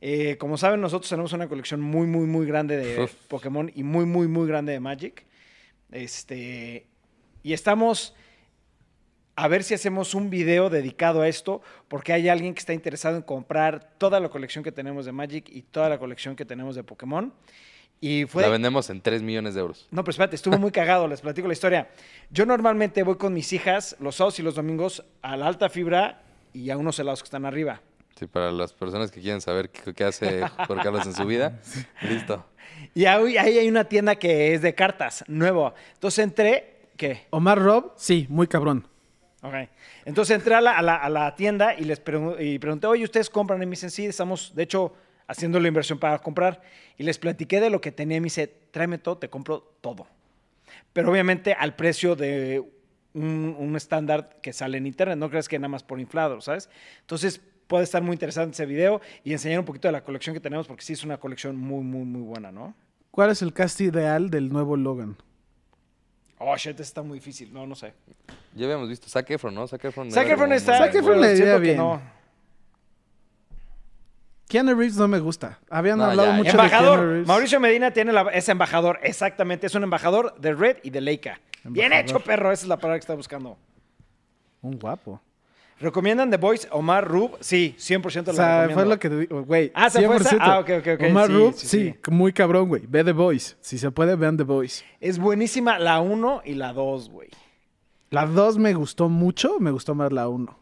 Speaker 2: Eh, como saben, nosotros tenemos una colección muy, muy, muy grande de
Speaker 3: Uf.
Speaker 2: Pokémon y muy, muy, muy grande de Magic. Este, y estamos a ver si hacemos un video dedicado a esto, porque hay alguien que está interesado en comprar toda la colección que tenemos de Magic y toda la colección que tenemos de Pokémon. Y fue
Speaker 3: La
Speaker 2: de-
Speaker 3: vendemos en 3 millones de euros.
Speaker 2: no, pero espérate, estuvo muy cagado, les platico la historia. Yo normalmente voy con mis hijas los sábados y los domingos a la alta fibra y a unos helados que están arriba.
Speaker 3: Sí, para las personas que quieren saber qué, qué hace Jorge Carlos en su vida, listo.
Speaker 2: Y ahí, ahí hay una tienda que es de cartas, nuevo. Entonces entré ¿Qué?
Speaker 1: Omar Rob, sí, muy cabrón.
Speaker 2: Ok. Entonces entré a la, a la- a la tienda y les pregun- y pregunté, oye, ¿ustedes compran? Y me dicen, sí, estamos, de hecho, haciendo la inversión para comprar. Y les platiqué de lo que tenía y me dice, tráeme todo, te compro todo. Pero obviamente al precio de un un estándar que sale en internet. No creas que nada más por inflado, ¿sabes? Entonces puede estar muy interesante ese video y enseñar un poquito de la colección que tenemos porque sí es una colección muy, muy, muy buena, ¿no?
Speaker 1: ¿Cuál es el cast ideal del nuevo Logan?
Speaker 2: Oh, shit, este está muy difícil. No, no sé.
Speaker 3: Ya habíamos visto. Zac Efron, ¿no? Zac Efron. era
Speaker 2: Zac Efron
Speaker 3: como
Speaker 2: está...
Speaker 3: más
Speaker 1: Zac Efron
Speaker 2: bueno,
Speaker 1: le
Speaker 2: siento
Speaker 1: iría
Speaker 2: que
Speaker 1: bien.
Speaker 2: no.
Speaker 1: Keanu Reeves no me gusta. Habían
Speaker 3: No,
Speaker 1: hablado
Speaker 3: ya, ya.
Speaker 1: mucho de Keanu
Speaker 2: Embajador.
Speaker 1: Reeves.
Speaker 2: Mauricio Medina tiene la, es embajador, exactamente. Es un embajador de Red y de Leica. Bien hecho, perro. Esa es la palabra que está buscando.
Speaker 1: Un guapo.
Speaker 2: ¿Recomiendan The Voice Omar Rub? Sí, 100% la
Speaker 1: O sea,
Speaker 2: recomiendo.
Speaker 1: fue lo que te digo, güey.
Speaker 2: Ah, ¿se fue esa?
Speaker 1: 100%.
Speaker 2: Ah, ok, ok, ok.
Speaker 1: Omar
Speaker 2: Sí,
Speaker 1: Roof,
Speaker 2: sí,
Speaker 1: sí,
Speaker 2: sí.
Speaker 1: muy cabrón, güey. Ve The Voice. Si se puede, vean The Voice.
Speaker 2: Es buenísima la 1 y la 2, güey.
Speaker 1: La 2 me gustó mucho, me gustó más la 1.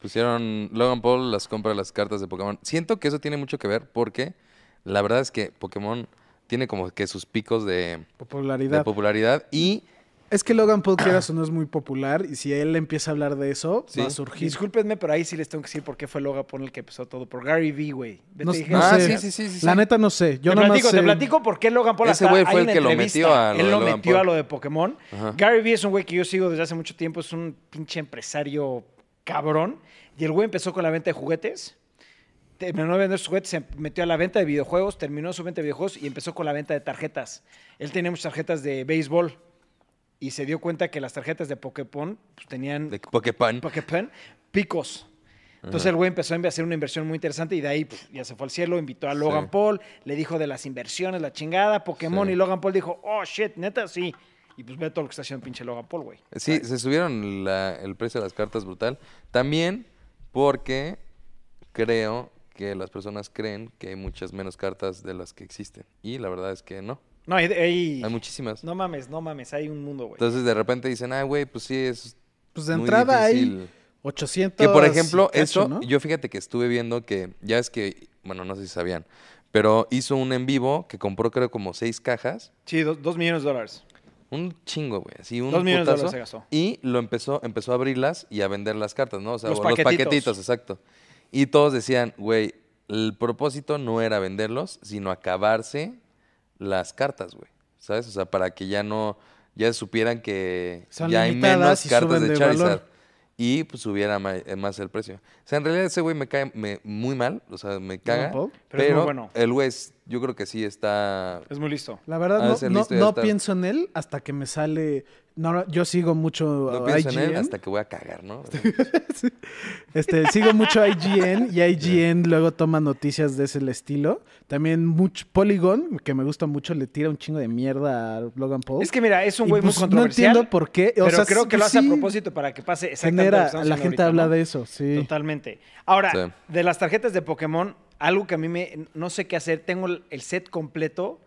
Speaker 3: Pusieron Logan Paul las compra las cartas de Pokémon. Siento que eso tiene mucho que ver porque la verdad es que Pokémon tiene como que sus picos de, de
Speaker 1: Popularidad.
Speaker 3: popularidad y
Speaker 1: es que Logan Paul, quieras o no, es muy popular. Y si él empieza a hablar de eso,
Speaker 3: Sí.
Speaker 1: va a surgir.
Speaker 2: Discúlpenme, pero ahí sí les tengo que decir por qué fue Logan Paul el que empezó todo. Por Gary Vee, güey. Vete
Speaker 1: No-
Speaker 2: y dije,
Speaker 1: no
Speaker 3: Ah,
Speaker 1: sé.
Speaker 3: sí, sí, sí, sí,
Speaker 1: La
Speaker 3: sí.
Speaker 1: neta no sé. Yo
Speaker 2: te
Speaker 1: nada más
Speaker 2: platico, te
Speaker 1: sé-
Speaker 2: platico por qué Logan Paul
Speaker 3: Ese
Speaker 2: hasta
Speaker 3: güey fue
Speaker 2: hay
Speaker 3: el
Speaker 2: una
Speaker 3: que lo
Speaker 2: entrevista.
Speaker 3: metió a
Speaker 2: Él
Speaker 3: lo de
Speaker 2: lo
Speaker 3: Logan
Speaker 2: metió a
Speaker 3: Paul.
Speaker 2: lo de Pokémon.
Speaker 3: Ajá.
Speaker 2: Gary Vee es un güey que yo sigo desde hace mucho tiempo. Es un pinche empresario cabrón. Y el güey empezó con la venta de juguetes. Terminó de vender sus juguetes, se metió a la venta de videojuegos, terminó su venta de videojuegos y empezó con la venta de tarjetas. Él tenía muchas tarjetas de béisbol y se dio cuenta que las tarjetas de Pokémon pues, tenían
Speaker 1: Mm.
Speaker 3: de Poképan.
Speaker 2: Pokémon, picos. Entonces el güey empezó a hacer una inversión muy interesante y de ahí pf, ya se fue al cielo, invitó a Logan
Speaker 3: Sí.
Speaker 2: Paul, le dijo de las inversiones, la chingada, Pokémon
Speaker 3: Sí.
Speaker 2: y Logan Paul dijo, oh shit, neta, sí. Y pues ve todo lo que está haciendo pinche Logan Paul, güey.
Speaker 3: Sí, se subieron la- el precio de las cartas brutal. También porque creo que las personas creen que hay muchas menos cartas de las que existen. Y la verdad es que no.
Speaker 2: No, hay, hay-
Speaker 3: Hay muchísimas.
Speaker 2: no mames, no mames, hay un mundo, güey.
Speaker 3: Entonces de repente dicen, ah, güey, pues sí, es
Speaker 1: Pues de
Speaker 3: muy
Speaker 1: entrada hay
Speaker 3: difícil".
Speaker 1: 800.
Speaker 3: Que por ejemplo,
Speaker 1: y cacho,
Speaker 3: eso,
Speaker 1: ¿no?
Speaker 3: yo fíjate que estuve viendo que, ya es que, bueno, no sé si sabían, pero hizo un en vivo que compró creo como seis cajas,
Speaker 2: Sí, dos, dos millones de dólares.
Speaker 3: un chingo, güey, así un
Speaker 2: Dos millones de
Speaker 3: putazo,
Speaker 2: dólares se gastó.
Speaker 3: Y lo empezó, empezó a abrirlas y a vender las cartas, ¿no? O sea,
Speaker 2: Los
Speaker 3: o
Speaker 2: paquetitos.
Speaker 3: exacto. Y todos decían, güey, el propósito no era venderlos, sino acabarse las cartas, güey. ¿Sabes? O sea, para que ya no, ya supieran que
Speaker 1: Son
Speaker 3: ya hay
Speaker 1: limitadas
Speaker 3: menos
Speaker 1: y
Speaker 3: cartas
Speaker 1: suben
Speaker 3: de
Speaker 1: de valor.
Speaker 3: Charizard. Y pues subiera ma- eh, más el precio. O sea, en realidad ese güey me cae me- muy mal, o sea, me caga.
Speaker 1: Paul,
Speaker 2: pero es muy
Speaker 3: Pero,
Speaker 2: bueno.
Speaker 3: el güey es- yo creo que sí está...
Speaker 2: Es muy listo.
Speaker 1: La
Speaker 3: Ha de
Speaker 1: verdad, no,
Speaker 3: ser
Speaker 1: no,
Speaker 3: listo y ha de
Speaker 1: no
Speaker 3: estar.
Speaker 1: pienso en él hasta que me sale. No, no, yo sigo mucho
Speaker 3: No
Speaker 1: a
Speaker 3: pienso en él
Speaker 1: IGN.
Speaker 3: hasta que voy a cagar, ¿no?
Speaker 1: Este, sigo mucho IGN y IGN luego toma noticias de ese estilo. También mucho Polygon, que me gusta mucho, le tira un chingo de mierda a Logan Paul.
Speaker 2: Es que mira, es un
Speaker 1: Y,
Speaker 2: güey
Speaker 1: pues,
Speaker 2: muy controversial.
Speaker 1: No entiendo por qué. O
Speaker 2: pero
Speaker 1: sea, pues
Speaker 2: creo que lo hace
Speaker 1: sí
Speaker 2: a propósito para que pase exactamente lo que
Speaker 1: Genera,
Speaker 2: estamos
Speaker 1: la
Speaker 2: haciendo
Speaker 1: gente
Speaker 2: ahorita,
Speaker 1: habla
Speaker 2: ¿no?
Speaker 1: de eso, sí.
Speaker 2: Totalmente. Ahora,
Speaker 3: Sí.
Speaker 2: de las tarjetas de Pokémon, algo que a mí me no sé qué hacer, tengo el el set completo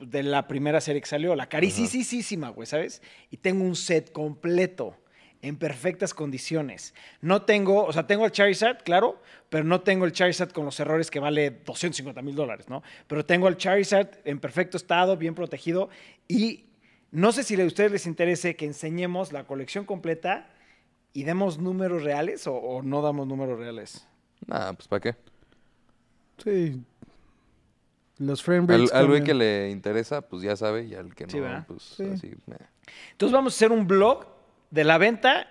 Speaker 2: de la primera serie que salió, la carísima, güey, ¿sabes? Y tengo un set completo en perfectas condiciones. No tengo, o sea, tengo el Charizard, claro, pero no tengo el Charizard con los errores que vale 250 mil dólares, ¿no? Pero tengo el Charizard en perfecto estado, bien protegido y no sé si a ustedes les interese que enseñemos la colección completa y demos números reales o, o no damos números reales.
Speaker 3: Nah, pues ¿para qué?
Speaker 1: Sí. Los frame
Speaker 3: Al,
Speaker 1: rates
Speaker 3: al güey
Speaker 1: cambian.
Speaker 3: que le interesa, pues ya sabe, y al que no,
Speaker 2: Sí, ¿verdad?
Speaker 3: pues
Speaker 1: Sí.
Speaker 3: así. meh.
Speaker 2: Entonces vamos a hacer un blog de la venta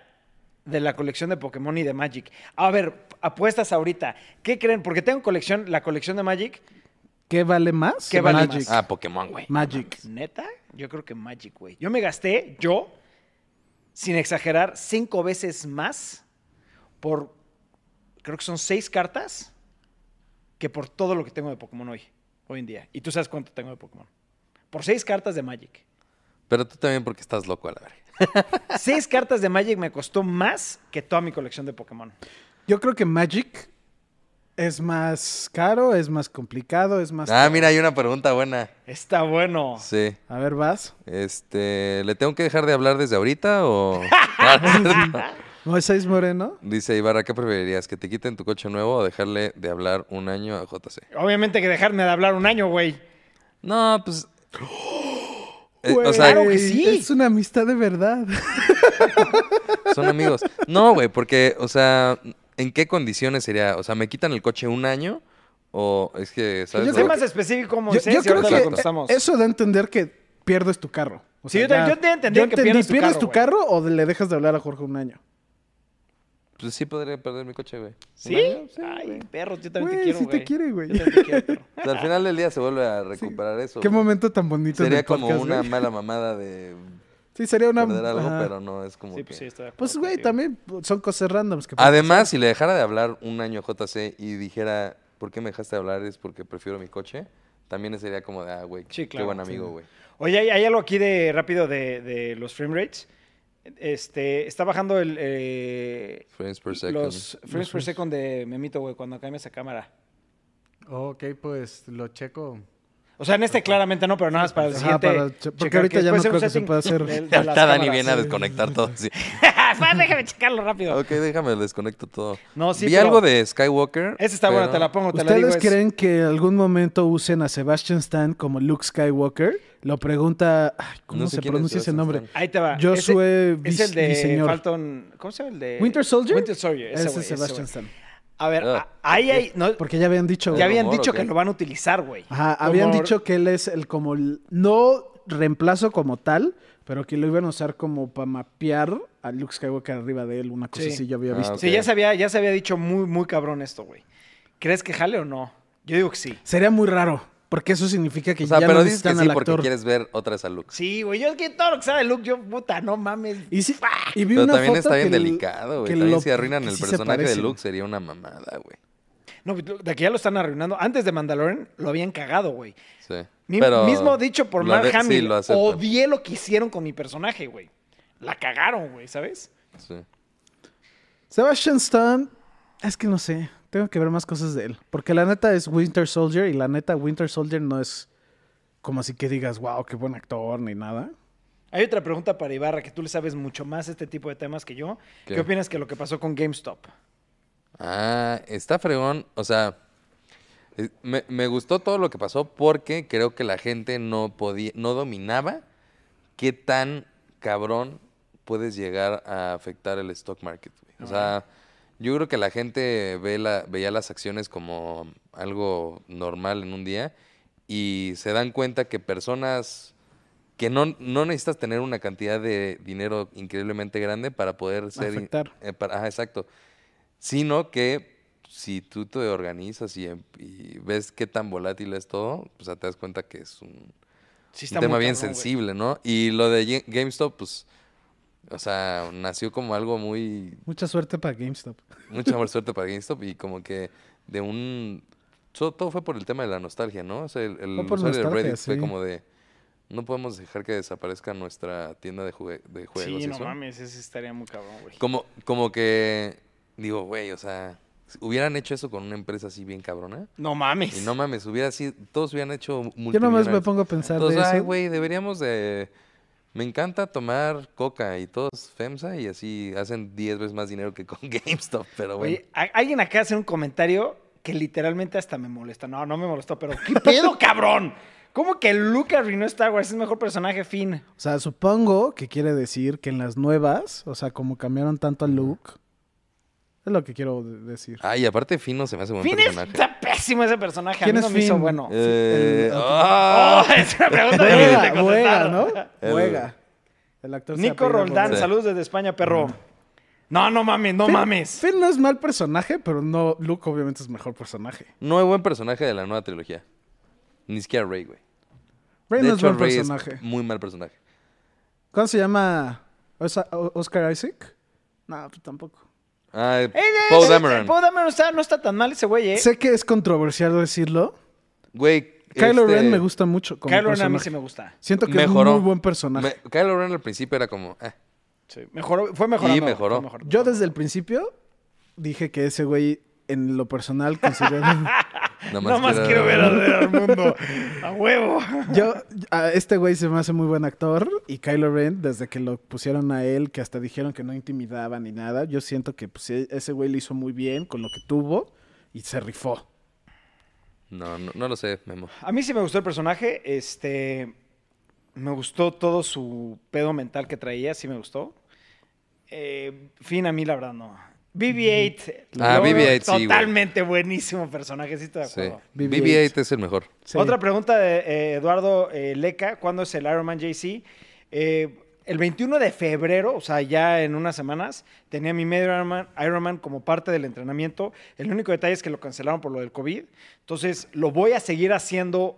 Speaker 2: de la colección de Pokémon y de Magic. A ver, apuestas ahorita. ¿Qué creen? Porque tengo colección, la colección de Magic.
Speaker 1: ¿Qué vale más?
Speaker 2: ¿Qué vale
Speaker 1: Magic.
Speaker 2: más?
Speaker 3: Ah, Pokémon, güey.
Speaker 1: Magic.
Speaker 2: ¿Neta? Yo creo que Magic, güey. Yo me gasté, yo, sin exagerar, cinco veces más por, creo que son seis cartas, que por todo lo que tengo de Pokémon hoy, hoy en día. Y tú sabes cuánto tengo de Pokémon. Por seis cartas de Magic.
Speaker 3: Pero tú también porque estás loco, a la verga.
Speaker 2: Seis cartas de Magic me costó más que toda mi colección de Pokémon.
Speaker 1: Yo creo que Magic es más caro, es más complicado, es más...
Speaker 3: Ah, mira, hay una pregunta buena.
Speaker 2: Está
Speaker 1: Oh.
Speaker 2: bueno.
Speaker 3: Sí.
Speaker 1: A ver, vas.
Speaker 3: Este, ¿le tengo que dejar de hablar desde ahorita o...?
Speaker 1: Moisés Moreno.
Speaker 3: Dice Ibarra, ¿qué preferirías? ¿Que te quiten tu coche nuevo o dejarle de hablar un año a JC?
Speaker 2: Obviamente que dejarme de hablar un año, güey.
Speaker 3: No, pues... Eh,
Speaker 1: Güey,
Speaker 3: o sea,
Speaker 2: Claro que sí.
Speaker 1: Es una amistad de verdad.
Speaker 3: son amigos. No, güey, porque, o sea, ¿en qué condiciones sería? O sea, ¿me quitan el coche un año? O es que, ¿sabes?
Speaker 1: Yo
Speaker 2: Sé
Speaker 1: creo
Speaker 3: Lo-
Speaker 2: más específico,
Speaker 1: Yo,
Speaker 2: Moisés,
Speaker 1: yo
Speaker 2: y
Speaker 1: creo
Speaker 2: ahorita lo
Speaker 1: que
Speaker 2: contestamos.
Speaker 1: eso da a entender que pierdes tu carro. O
Speaker 2: Sí, yo te- yo te entendí que pierdes tu carro, güey.
Speaker 1: carro o le dejas de hablar a Jorge un año.
Speaker 3: Pues sí podría perder mi coche, güey. ¿Un
Speaker 2: ¿Sí?
Speaker 3: año? Sí,
Speaker 2: Ay,
Speaker 3: güey.
Speaker 2: perro, yo también
Speaker 1: Güey,
Speaker 2: te quiero,
Speaker 1: sí
Speaker 2: güey.
Speaker 1: te quiere, güey.
Speaker 2: Yo también te quiero, perro.
Speaker 3: O sea, al final del día se vuelve a recuperar eso.
Speaker 1: Qué
Speaker 3: güey.
Speaker 1: momento tan bonito. en
Speaker 3: Sería
Speaker 1: el
Speaker 3: como
Speaker 1: podcast,
Speaker 3: una
Speaker 1: güey.
Speaker 3: mala mamada de
Speaker 1: Sí, sería una.
Speaker 3: perder algo,
Speaker 1: ajá.
Speaker 3: pero no es como
Speaker 2: Sí, pues sí,
Speaker 3: que-
Speaker 2: estoy de acuerdo
Speaker 1: Pues, güey,
Speaker 2: contigo.
Speaker 1: también son cosas randoms que
Speaker 3: Además, si le dejara de hablar un año JC y dijera, ¿por qué me dejaste de hablar? Es porque prefiero mi coche. También sería como de, ah, güey,
Speaker 2: Sí,
Speaker 3: qué
Speaker 2: claro,
Speaker 3: buen
Speaker 2: sí.
Speaker 3: amigo, güey.
Speaker 2: Oye, hay, hay algo aquí de rápido de, de los frame rates. Este, está bajando el, eh,
Speaker 3: Frames per second.
Speaker 2: los frames per second de Memito, güey, cuando cambia esa cámara.
Speaker 4: Ok, pues lo checo.
Speaker 2: O sea, en este claramente no, pero nada más para el
Speaker 1: Ajá,
Speaker 2: siguiente.
Speaker 1: para el che- porque
Speaker 2: checar,
Speaker 1: ahorita ya
Speaker 2: después es
Speaker 1: no
Speaker 2: un
Speaker 1: creo que se
Speaker 2: setting
Speaker 1: pueda hacer.
Speaker 2: de- de las
Speaker 3: Ahorita Dani
Speaker 2: cámaras.
Speaker 3: viene a desconectar todo. sí.
Speaker 2: Espera, déjame checarlo rápido.
Speaker 3: Ok, déjame, desconecto todo.
Speaker 2: No, sí,
Speaker 3: Vi
Speaker 2: pero-
Speaker 3: algo de Skywalker.
Speaker 2: Esa está buena,
Speaker 3: pero-
Speaker 2: te la pongo, te la digo.
Speaker 1: ¿Ustedes
Speaker 2: es-
Speaker 1: creen que en algún momento usen a Sebastian Stan como Luke Skywalker? Lo pregunta. ay, ¿Cómo
Speaker 3: No sé
Speaker 1: se
Speaker 3: quién es
Speaker 1: pronuncia ese
Speaker 3: Sebastian
Speaker 1: nombre?
Speaker 3: Stan.
Speaker 2: Ahí te va.
Speaker 1: Yo
Speaker 2: Ese-
Speaker 1: soy
Speaker 2: Es el de
Speaker 1: viceseñor.
Speaker 2: Falcon. ¿Cómo se llama el de?
Speaker 1: ¿Winter Soldier?
Speaker 2: Winter Soldier, ese,
Speaker 1: Ese
Speaker 2: güey,
Speaker 1: es
Speaker 2: ese
Speaker 1: Sebastian
Speaker 2: güey.
Speaker 1: Stan.
Speaker 2: A ver,
Speaker 3: Ah,
Speaker 2: a- ahí hay. no,
Speaker 1: Porque ya habían dicho.
Speaker 2: ya habían
Speaker 3: rumor,
Speaker 2: dicho
Speaker 3: ¿o
Speaker 2: que
Speaker 3: qué?
Speaker 2: lo van a utilizar, güey.
Speaker 1: Ajá, habían
Speaker 2: Rumor-
Speaker 1: dicho que él es el como el- no reemplazo como tal, pero que lo iban a usar como para mapear a Luke Skywalker arriba de él, una cosa
Speaker 2: Sí.
Speaker 1: así yo había
Speaker 3: Ah,
Speaker 1: visto.
Speaker 3: ok.
Speaker 2: Sí, ya se había, ya se había dicho muy, muy cabrón esto, güey. ¿Crees que jale o no? Yo digo que sí.
Speaker 1: Sería muy raro, porque eso significa que
Speaker 3: O sea,
Speaker 1: ya
Speaker 3: pero
Speaker 1: no
Speaker 3: dices que
Speaker 1: necesitan
Speaker 3: sí
Speaker 1: al
Speaker 3: porque
Speaker 1: actor.
Speaker 3: quieres ver otras a Luke.
Speaker 2: Sí, güey. Yo es que todo lo que sabe de Luke, yo, puta, no mames.
Speaker 1: Y, sí- y vi
Speaker 3: Pero
Speaker 1: una
Speaker 3: también
Speaker 1: foto
Speaker 3: está bien
Speaker 1: que el-
Speaker 3: delicado, güey.
Speaker 1: que
Speaker 3: También
Speaker 1: lo-
Speaker 3: si arruinan
Speaker 1: que
Speaker 3: el
Speaker 1: sí se
Speaker 3: personaje de
Speaker 1: parecen.
Speaker 3: Luke sería una mamada, güey.
Speaker 2: No, de aquí ya lo están arruinando. Antes de Mandalorian lo habían cagado, güey.
Speaker 3: Sí.
Speaker 2: Mi-
Speaker 3: Pero
Speaker 2: mismo dicho por
Speaker 3: lo
Speaker 2: Mark
Speaker 3: ade- sí,
Speaker 2: Hamill.
Speaker 3: lo acepto.
Speaker 2: odié lo que hicieron con mi personaje, güey. La cagaron, güey, ¿sabes?
Speaker 3: Sí.
Speaker 1: Sebastian Stan, es que no sé, tengo que ver más cosas de él, porque la neta es Winter Soldier y la neta Winter Soldier no es como así que digas, wow, qué buen actor ni nada.
Speaker 2: Hay otra pregunta para Ibarra, que tú le sabes mucho más este tipo de temas que yo. ¿Qué,
Speaker 3: ¿Qué?
Speaker 2: opinas que lo que pasó con GameStop?
Speaker 3: Ah, está fregón. O sea, eh, me, me gustó todo lo que pasó porque creo que la gente no podía, no dominaba qué tan cabrón puedes llegar a afectar el stock market. güey. O sea, yo creo que la gente ve la, veía las acciones como algo normal en un día y se dan cuenta que personas que no, no necesitas tener una cantidad de dinero increíblemente grande para poder ser... in-
Speaker 1: Afectar.
Speaker 3: eh, para- ajá, exacto sino que si tú te organizas y, em- y ves qué tan volátil es todo, pues te das cuenta que es un,
Speaker 2: Sí,
Speaker 3: un tema
Speaker 2: muy
Speaker 3: bien
Speaker 2: cabrón, güey.
Speaker 3: sensible, ¿no? Y lo de Ye- GameStop, pues, o sea, nació como algo muy,
Speaker 1: Mucha suerte para GameStop.
Speaker 3: mucha mala suerte para GameStop y como que de un, so- todo fue por el tema de la nostalgia, ¿no? O sea, el, el
Speaker 1: Fue por
Speaker 3: usuario de
Speaker 1: nostalgia,
Speaker 3: Reddit fue
Speaker 1: sí.
Speaker 3: como de, no podemos dejar que desaparezca nuestra tienda de, jugue- de juegos.
Speaker 2: Sí,
Speaker 3: y
Speaker 2: no
Speaker 3: eso".
Speaker 2: mames, ese estaría muy cabrón, güey.
Speaker 3: Como, como que digo, güey, o sea, si hubieran hecho eso con una empresa así bien cabrona.
Speaker 2: No mames.
Speaker 3: Y no mames, hubiera sido, todos hubieran hecho multimillonarios.
Speaker 1: Yo nomás me pongo a pensar
Speaker 3: Todos,
Speaker 1: de eso.
Speaker 3: ay, güey, deberíamos de... Me encanta tomar coca y todos FEMSA y así hacen 10 veces más dinero que con GameStop, pero bueno.
Speaker 2: Oye, a- alguien acá hace un comentario que literalmente hasta me molesta. No, no me molestó, pero ¿qué pedo, cabrón? ¿Cómo que Luke arruinó Star Wars? Es el mejor personaje, Finn.
Speaker 1: O sea, supongo que quiere decir que en las nuevas, o sea, como cambiaron tanto a Luke, es lo que quiero de- decir.
Speaker 3: Ay, aparte Fino se me hace buen
Speaker 2: Finn es
Speaker 3: personaje.
Speaker 2: está pésimo ese personaje. A
Speaker 1: ¿Quién
Speaker 2: mí
Speaker 1: es
Speaker 2: no me hizo
Speaker 1: Finn?
Speaker 2: bueno.
Speaker 3: Eh,
Speaker 1: el- ok.
Speaker 3: ¡ah!
Speaker 2: Oh, es una pregunta difícil de
Speaker 1: Buega,
Speaker 2: contestar.
Speaker 1: buega, ¿no?
Speaker 3: El-
Speaker 1: Buega. El actor se
Speaker 2: Nico
Speaker 1: apellida
Speaker 2: Roldán,
Speaker 1: Buega.
Speaker 3: Sí.
Speaker 2: saludos desde España, perro. No, no mames, no
Speaker 1: Finn-
Speaker 2: mames.
Speaker 1: Finn no es mal personaje, pero no, Luke obviamente es mejor personaje.
Speaker 3: No hay buen personaje de la nueva trilogía. Ni siquiera Rey, güey.
Speaker 1: Rey
Speaker 3: de
Speaker 1: no es
Speaker 3: hecho,
Speaker 1: buen
Speaker 3: Rey
Speaker 1: personaje.
Speaker 3: es muy mal personaje.
Speaker 1: ¿Cómo se llama Osa- O- Oscar Isaac? No, pues tampoco.
Speaker 3: Ah,
Speaker 2: Eh, eh,
Speaker 3: Paul
Speaker 2: eh,
Speaker 3: Dameron.
Speaker 2: Poe Dameron está- no está tan mal ese güey, ¿eh?
Speaker 1: Sé que es controversial decirlo.
Speaker 3: Güey,
Speaker 1: Kylo
Speaker 3: este,
Speaker 1: Ren me gusta mucho como
Speaker 2: Kylo Ren a mí
Speaker 1: personaje.
Speaker 2: sí me gusta.
Speaker 1: Siento que
Speaker 3: mejoró.
Speaker 1: es un muy buen personaje.
Speaker 3: me- Kylo Ren al principio era como... eh,
Speaker 2: Sí, mejoró, fue mejorando.
Speaker 3: Y mejoró.
Speaker 2: fue mejorando.
Speaker 1: Yo desde el principio dije que ese güey en lo personal considero...
Speaker 3: nada más
Speaker 2: Nada más
Speaker 3: quiero-
Speaker 2: quiero ver arder al mundo. A huevo.
Speaker 1: Yo, a este güey se me hace muy buen actor y Kylo Ren, desde que lo pusieron a él, que hasta dijeron que no intimidaba ni nada, yo siento que pues, e- ese güey lo hizo muy bien con lo que tuvo y se rifó.
Speaker 3: No, no, no lo sé, Memo.
Speaker 2: A mí sí me gustó el personaje. Este. Me gustó todo su pedo mental que traía, sí me gustó. Eh, Finn a mí, la verdad, no. BB-8.
Speaker 3: Ah,
Speaker 2: lo veo
Speaker 3: BB-8 sí, güey.
Speaker 2: Totalmente buenísimo personaje, sí estoy de
Speaker 3: Sí.
Speaker 2: acuerdo.
Speaker 1: BB-8.
Speaker 3: BB-8 es el mejor.
Speaker 1: Sí.
Speaker 2: Otra pregunta de eh, Eduardo eh, Leca. ¿Cuándo es el Ironman JC? Eh, el 21 de febrero, o sea, ya en unas semanas, tenía mi medio Ironman, Ironman como parte del entrenamiento. El único detalle es que lo cancelaron por lo del COVID. Entonces, lo voy a seguir haciendo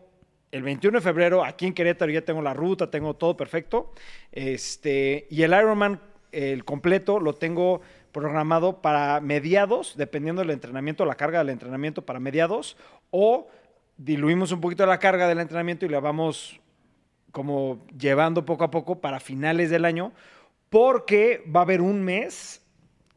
Speaker 2: el 21 de febrero aquí en Querétaro. Ya tengo la ruta, tengo todo perfecto. Este, y el Ironman, el completo, lo tengo programado para mediados, dependiendo del entrenamiento, la carga del entrenamiento para mediados, o diluimos un poquito la carga del entrenamiento y la vamos como llevando poco a poco para finales del año, porque va a haber un mes,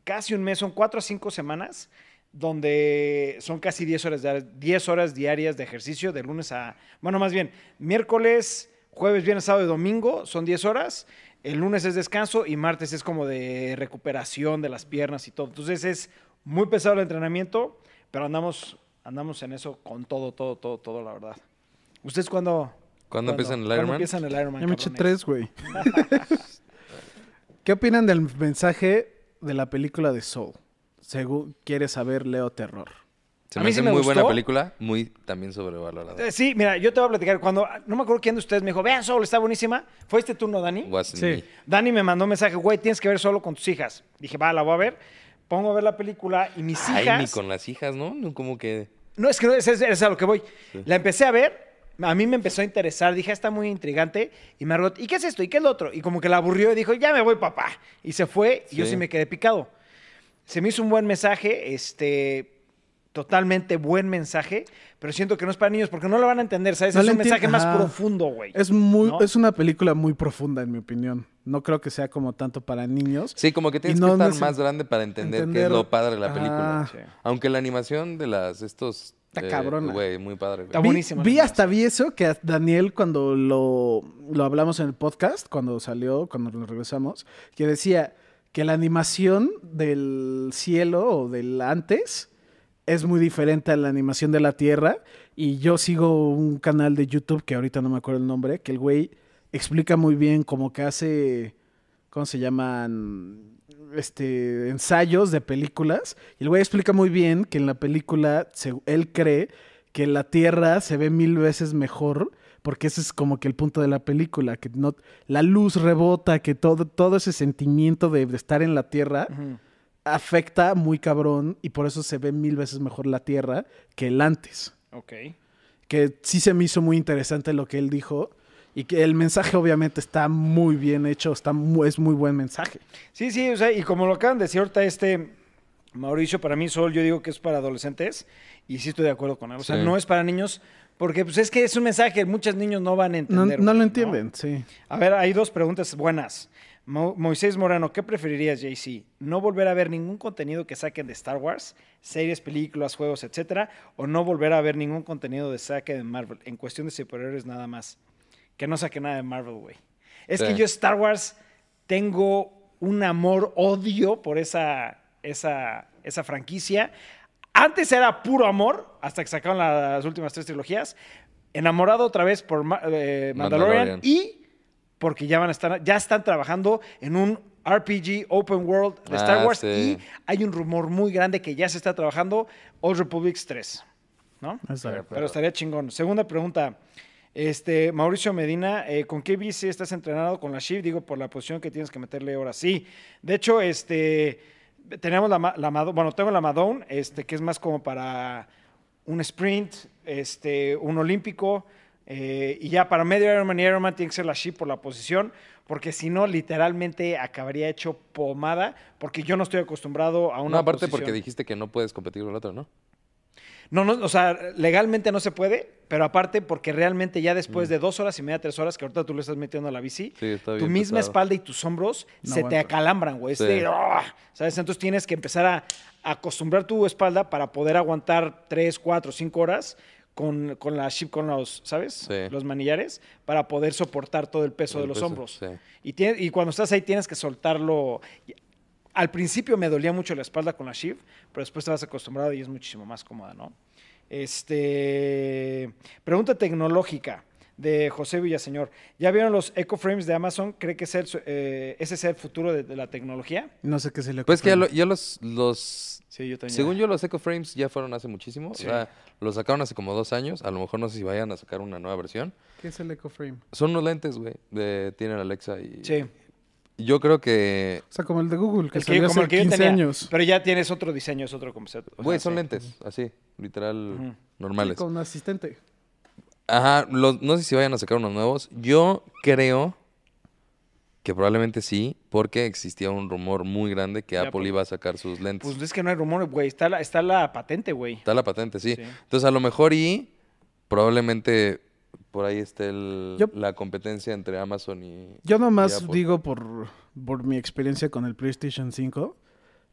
Speaker 2: casi un mes, son cuatro a cinco semanas, donde son casi 10 horas, diarias- 10 horas diarias de ejercicio, de lunes a, bueno, más bien, miércoles, jueves, viernes, sábado y domingo son 10 horas, el lunes es descanso y martes es como de recuperación de las piernas y todo. Entonces es muy pesado el entrenamiento, pero andamos, andamos en eso con todo, todo, todo, todo, la verdad. ¿Ustedes cuándo?
Speaker 3: ¿Cuándo empiezan el
Speaker 2: ¿Cuándo
Speaker 3: Ironman?
Speaker 2: empiezan el Ironman?
Speaker 1: Ya me eché
Speaker 2: cabrones?
Speaker 1: tres, güey. ¿Qué opinan del mensaje de la película de Soul? Según quiere saber Leo Terror.
Speaker 3: Se
Speaker 2: A
Speaker 3: me
Speaker 2: mí
Speaker 3: hace
Speaker 2: sí me
Speaker 3: muy buena
Speaker 2: gustó.
Speaker 3: película, muy también sobrevalorada.
Speaker 2: Eh, Sí, mira, yo te voy a platicar. Cuando, ah, no me acuerdo quién de ustedes me dijo, vean Soul, está buenísima. ¿Fue este turno, Dani?
Speaker 3: Wasn't
Speaker 1: Sí.
Speaker 3: me.
Speaker 2: Dani me mandó un mensaje, güey, tienes que ver solo con tus hijas. Dije, va, la voy a ver. Pongo a ver la película y mis
Speaker 3: Ay,
Speaker 2: hijas.
Speaker 3: ni con las hijas, ¿no? No, Como que.
Speaker 2: No, es que no, es, es- es a lo que voy. La empecé a ver, a mí me empezó a interesar, dije, "Ah, está muy intrigante. Y Margot, ¿y qué es esto? ¿Y qué es lo otro? Y como que la aburrió y dijo, ya me voy, papá. Y se fue, y yo
Speaker 3: Sí.
Speaker 2: sí me quedé picado. Se me hizo un buen mensaje, este. Totalmente buen mensaje, pero siento que no es para niños porque no lo van a entender, ¿sabes?
Speaker 1: No
Speaker 2: es
Speaker 1: le
Speaker 2: un mensaje
Speaker 1: entien-
Speaker 2: más
Speaker 1: Ajá.
Speaker 2: profundo, güey.
Speaker 1: Es muy,
Speaker 2: ¿No?
Speaker 1: es una película muy profunda, en mi opinión. No creo que sea como tanto para niños.
Speaker 3: Sí, como que tienes
Speaker 1: no
Speaker 3: que estar
Speaker 1: neces-
Speaker 3: más grande para entender, qué es
Speaker 1: entender-
Speaker 3: lo padre de la
Speaker 1: Ah.
Speaker 3: película.
Speaker 2: Sí.
Speaker 3: Aunque la animación de las estos. eh,
Speaker 1: Está cabrona.
Speaker 3: Güey, muy padre. güey.
Speaker 2: Está
Speaker 1: vi,
Speaker 2: buenísimo,
Speaker 1: vi
Speaker 2: ¿no?
Speaker 1: hasta vi eso que a Daniel cuando lo, lo hablamos en el podcast, cuando salió, cuando lo regresamos, que decía que la animación del cielo o del antes es muy diferente a la animación de la tierra. Y yo sigo un canal de YouTube que ahorita no me acuerdo el nombre, que el güey explica muy bien como que hace, ¿cómo se llaman? Este, ensayos de películas. Y el güey explica muy bien que en la película se- él cree que la Tierra se ve mil veces mejor, porque ese es como que el punto de la película, que no, la luz rebota, que todo, todo ese sentimiento de, de estar en la Tierra
Speaker 2: Ujú.
Speaker 1: afecta muy cabrón y por eso se ve mil veces mejor la Tierra que el antes.
Speaker 2: Ok.
Speaker 1: Que sí se me hizo muy interesante lo que él dijo y que el mensaje obviamente está muy bien hecho, está mu- es muy buen mensaje.
Speaker 2: Sí, sí, o sea, y como lo acaban de decir ahorita este Mauricio, para mí Sol, yo digo que es para adolescentes y sí estoy de acuerdo con él. O sea,
Speaker 3: Sí.
Speaker 2: no es para niños porque pues es que es un mensaje que muchos niños no van a
Speaker 1: No,
Speaker 2: entender.
Speaker 1: no
Speaker 2: güey,
Speaker 1: lo entienden, sí.
Speaker 2: A ver, hay dos preguntas buenas. Mo- Moisés Morano, ¿qué preferirías, JC? ¿No volver a ver ningún contenido que saquen de Star Wars, series, películas, juegos, etcétera? ¿O no volver a ver ningún contenido de saque de Marvel? En cuestión de superhéroes nada más. Que no saque nada de Marvel, güey. Es
Speaker 3: Sí.
Speaker 2: que yo Star Wars tengo un amor, odio por esa, esa, esa franquicia. Antes era puro amor, hasta que sacaron la- las últimas tres trilogías. Enamorado otra vez por Ma- eh, Mandalorian
Speaker 3: Mandalorian.
Speaker 2: y porque ya van a estar, ya están trabajando en un RPG Open World de Star
Speaker 3: Ah,
Speaker 2: Wars
Speaker 3: sí.
Speaker 2: y hay un rumor muy grande que ya se está trabajando Old Republics 3, ¿no?
Speaker 1: Exacto.
Speaker 2: Pero estaría chingón. Segunda pregunta. Este, Mauricio Medina, eh, ¿con qué bici estás entrenado con la Shift? Digo, por la posición que tienes que meterle ahora. Sí. De hecho, este, tenemos la, ma- la Mado- bueno, tengo la Madone, este, que es más como para un sprint, este, un olímpico, eh, y ya para medio Ironman y Ironman tiene que ser la Shift por la posición, porque si no, literalmente acabaría hecho pomada, porque yo no estoy acostumbrado a una
Speaker 3: no, aparte
Speaker 2: posición.
Speaker 3: porque dijiste que no puedes competir con el otro, ¿no?
Speaker 2: No, no, o sea, legalmente no se puede, pero aparte porque realmente ya después de dos horas y media, tres horas que ahorita tú le estás metiendo a la bici,
Speaker 3: Mm. Sí, está
Speaker 2: tu
Speaker 3: bien
Speaker 2: misma
Speaker 3: pesado.
Speaker 2: espalda y tus hombros
Speaker 1: No
Speaker 2: se
Speaker 1: aguanta.
Speaker 2: te acalambran, güey. Es
Speaker 3: Sí.
Speaker 2: de, ¡ah! ¿Sabes? Entonces tienes que empezar a acostumbrar tu espalda para poder aguantar tres, cuatro, cinco horas con, con la chip, con los, ¿sabes?
Speaker 3: Sí.
Speaker 2: Los manillares, para poder soportar todo el peso
Speaker 3: El
Speaker 2: de los
Speaker 3: peso,
Speaker 2: hombros.
Speaker 3: sí.
Speaker 2: Y, tiene- y cuando estás ahí tienes que soltarlo. Al principio me dolía mucho la espalda con la Shift, pero después te vas acostumbrado y es muchísimo más cómoda, ¿no? Este, pregunta tecnológica de José Villaseñor. ¿Ya vieron los Eco Frames de Amazon? ¿Cree que es el su- eh, ese es el futuro de, de la tecnología?
Speaker 1: No sé qué se le
Speaker 3: Pues que ya,
Speaker 1: ocurrió.
Speaker 3: lo- ya los, los
Speaker 2: Sí, yo también.
Speaker 3: Según yo, los Echo Frames ya fueron hace muchísimo.
Speaker 2: Sí.
Speaker 3: O sea, los sacaron hace como dos años. A lo mejor no sé si vayan a sacar una nueva versión.
Speaker 1: ¿Qué es el EcoFrame?
Speaker 3: Son unos lentes, güey. de- Tienen Alexa y.
Speaker 2: Sí.
Speaker 3: Yo creo que.
Speaker 1: O sea, como el de Google, que
Speaker 2: El que-
Speaker 1: salió
Speaker 2: como
Speaker 1: hace
Speaker 2: el que yo
Speaker 1: 15
Speaker 2: tenía,
Speaker 1: años.
Speaker 2: Pero ya tienes otro diseño, es otro concepto. O
Speaker 3: Güey,
Speaker 2: sea,
Speaker 3: son
Speaker 2: sí.
Speaker 3: lentes, así, literal,
Speaker 2: Ujú.
Speaker 3: normales.
Speaker 1: Con un asistente.
Speaker 3: Ajá, los- no sé si vayan a sacar unos nuevos. Yo creo que probablemente sí, porque existía un rumor muy grande que
Speaker 2: De
Speaker 3: Apple,
Speaker 2: Apple.
Speaker 3: iba a sacar sus lentes.
Speaker 2: Pues es que no hay rumores, güey. Está la, está la patente, güey.
Speaker 3: Está la patente, sí.
Speaker 2: Sí.
Speaker 3: Entonces, a lo mejor y probablemente por ahí esté el-
Speaker 1: Yo-
Speaker 3: la competencia entre Amazon y.
Speaker 1: Yo
Speaker 3: y
Speaker 1: nomás
Speaker 3: Apple.
Speaker 1: digo por, por mi experiencia con el PlayStation 5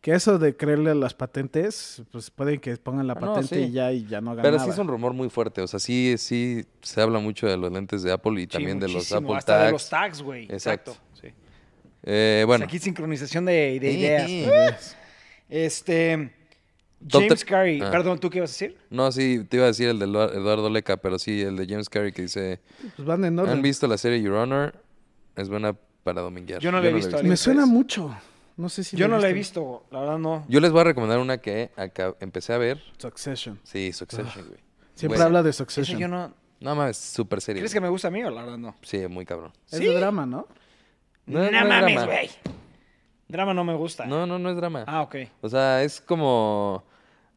Speaker 1: que eso de creerle a las patentes, pues pueden que pongan la
Speaker 3: Ah, no,
Speaker 1: patente
Speaker 3: sí.
Speaker 1: y ya y ya no hagan
Speaker 3: Pero sí
Speaker 1: nada.
Speaker 3: es un rumor muy fuerte. O sea, sí, sí se habla mucho de los lentes de Apple y
Speaker 2: Sí,
Speaker 3: también de los
Speaker 2: muchísimo,
Speaker 3: Apple
Speaker 2: Hasta de
Speaker 3: Tags.
Speaker 2: los tags, güey.
Speaker 3: Exacto.
Speaker 2: Exacto. sí.
Speaker 3: Eh, bueno.
Speaker 2: Aquí sincronización de, de
Speaker 3: Sí.
Speaker 2: ideas. pues. Este.
Speaker 3: Top
Speaker 2: James
Speaker 3: tre-
Speaker 2: Carrey.
Speaker 3: Ah.
Speaker 2: Perdón, ¿tú qué ibas a decir?
Speaker 3: No, sí, te iba a decir el de Eduard- Eduardo Leca, pero sí, el de James Carrey que dice,
Speaker 1: Pues van en
Speaker 3: ¿han
Speaker 1: orden.
Speaker 3: visto la serie Your Honor? Es buena para dominguear.
Speaker 2: Yo no la he visto,
Speaker 1: Me
Speaker 2: Alien
Speaker 1: suena
Speaker 2: tres?
Speaker 1: mucho. No sé si
Speaker 2: Yo no la he visto, la verdad no.
Speaker 3: Yo les voy a recomendar una que acá empecé a ver.
Speaker 1: Succession.
Speaker 3: Sí, Succession, güey.
Speaker 1: Ah, Siempre
Speaker 3: Güey.
Speaker 1: habla de
Speaker 2: Esa
Speaker 1: Succession.
Speaker 2: yo no.
Speaker 3: No mames, super serie.
Speaker 2: ¿Crees que
Speaker 3: güey.
Speaker 2: me gusta a mí o la verdad no?
Speaker 3: Sí, muy cabrón.
Speaker 1: Es
Speaker 2: ¿Sí?
Speaker 1: de drama, ¿no?
Speaker 3: No, es-
Speaker 2: no
Speaker 3: no es
Speaker 2: mames,
Speaker 3: drama.
Speaker 2: güey. Drama no me gusta.
Speaker 3: No, no, no es drama.
Speaker 2: Ah, ok.
Speaker 3: O sea, es como...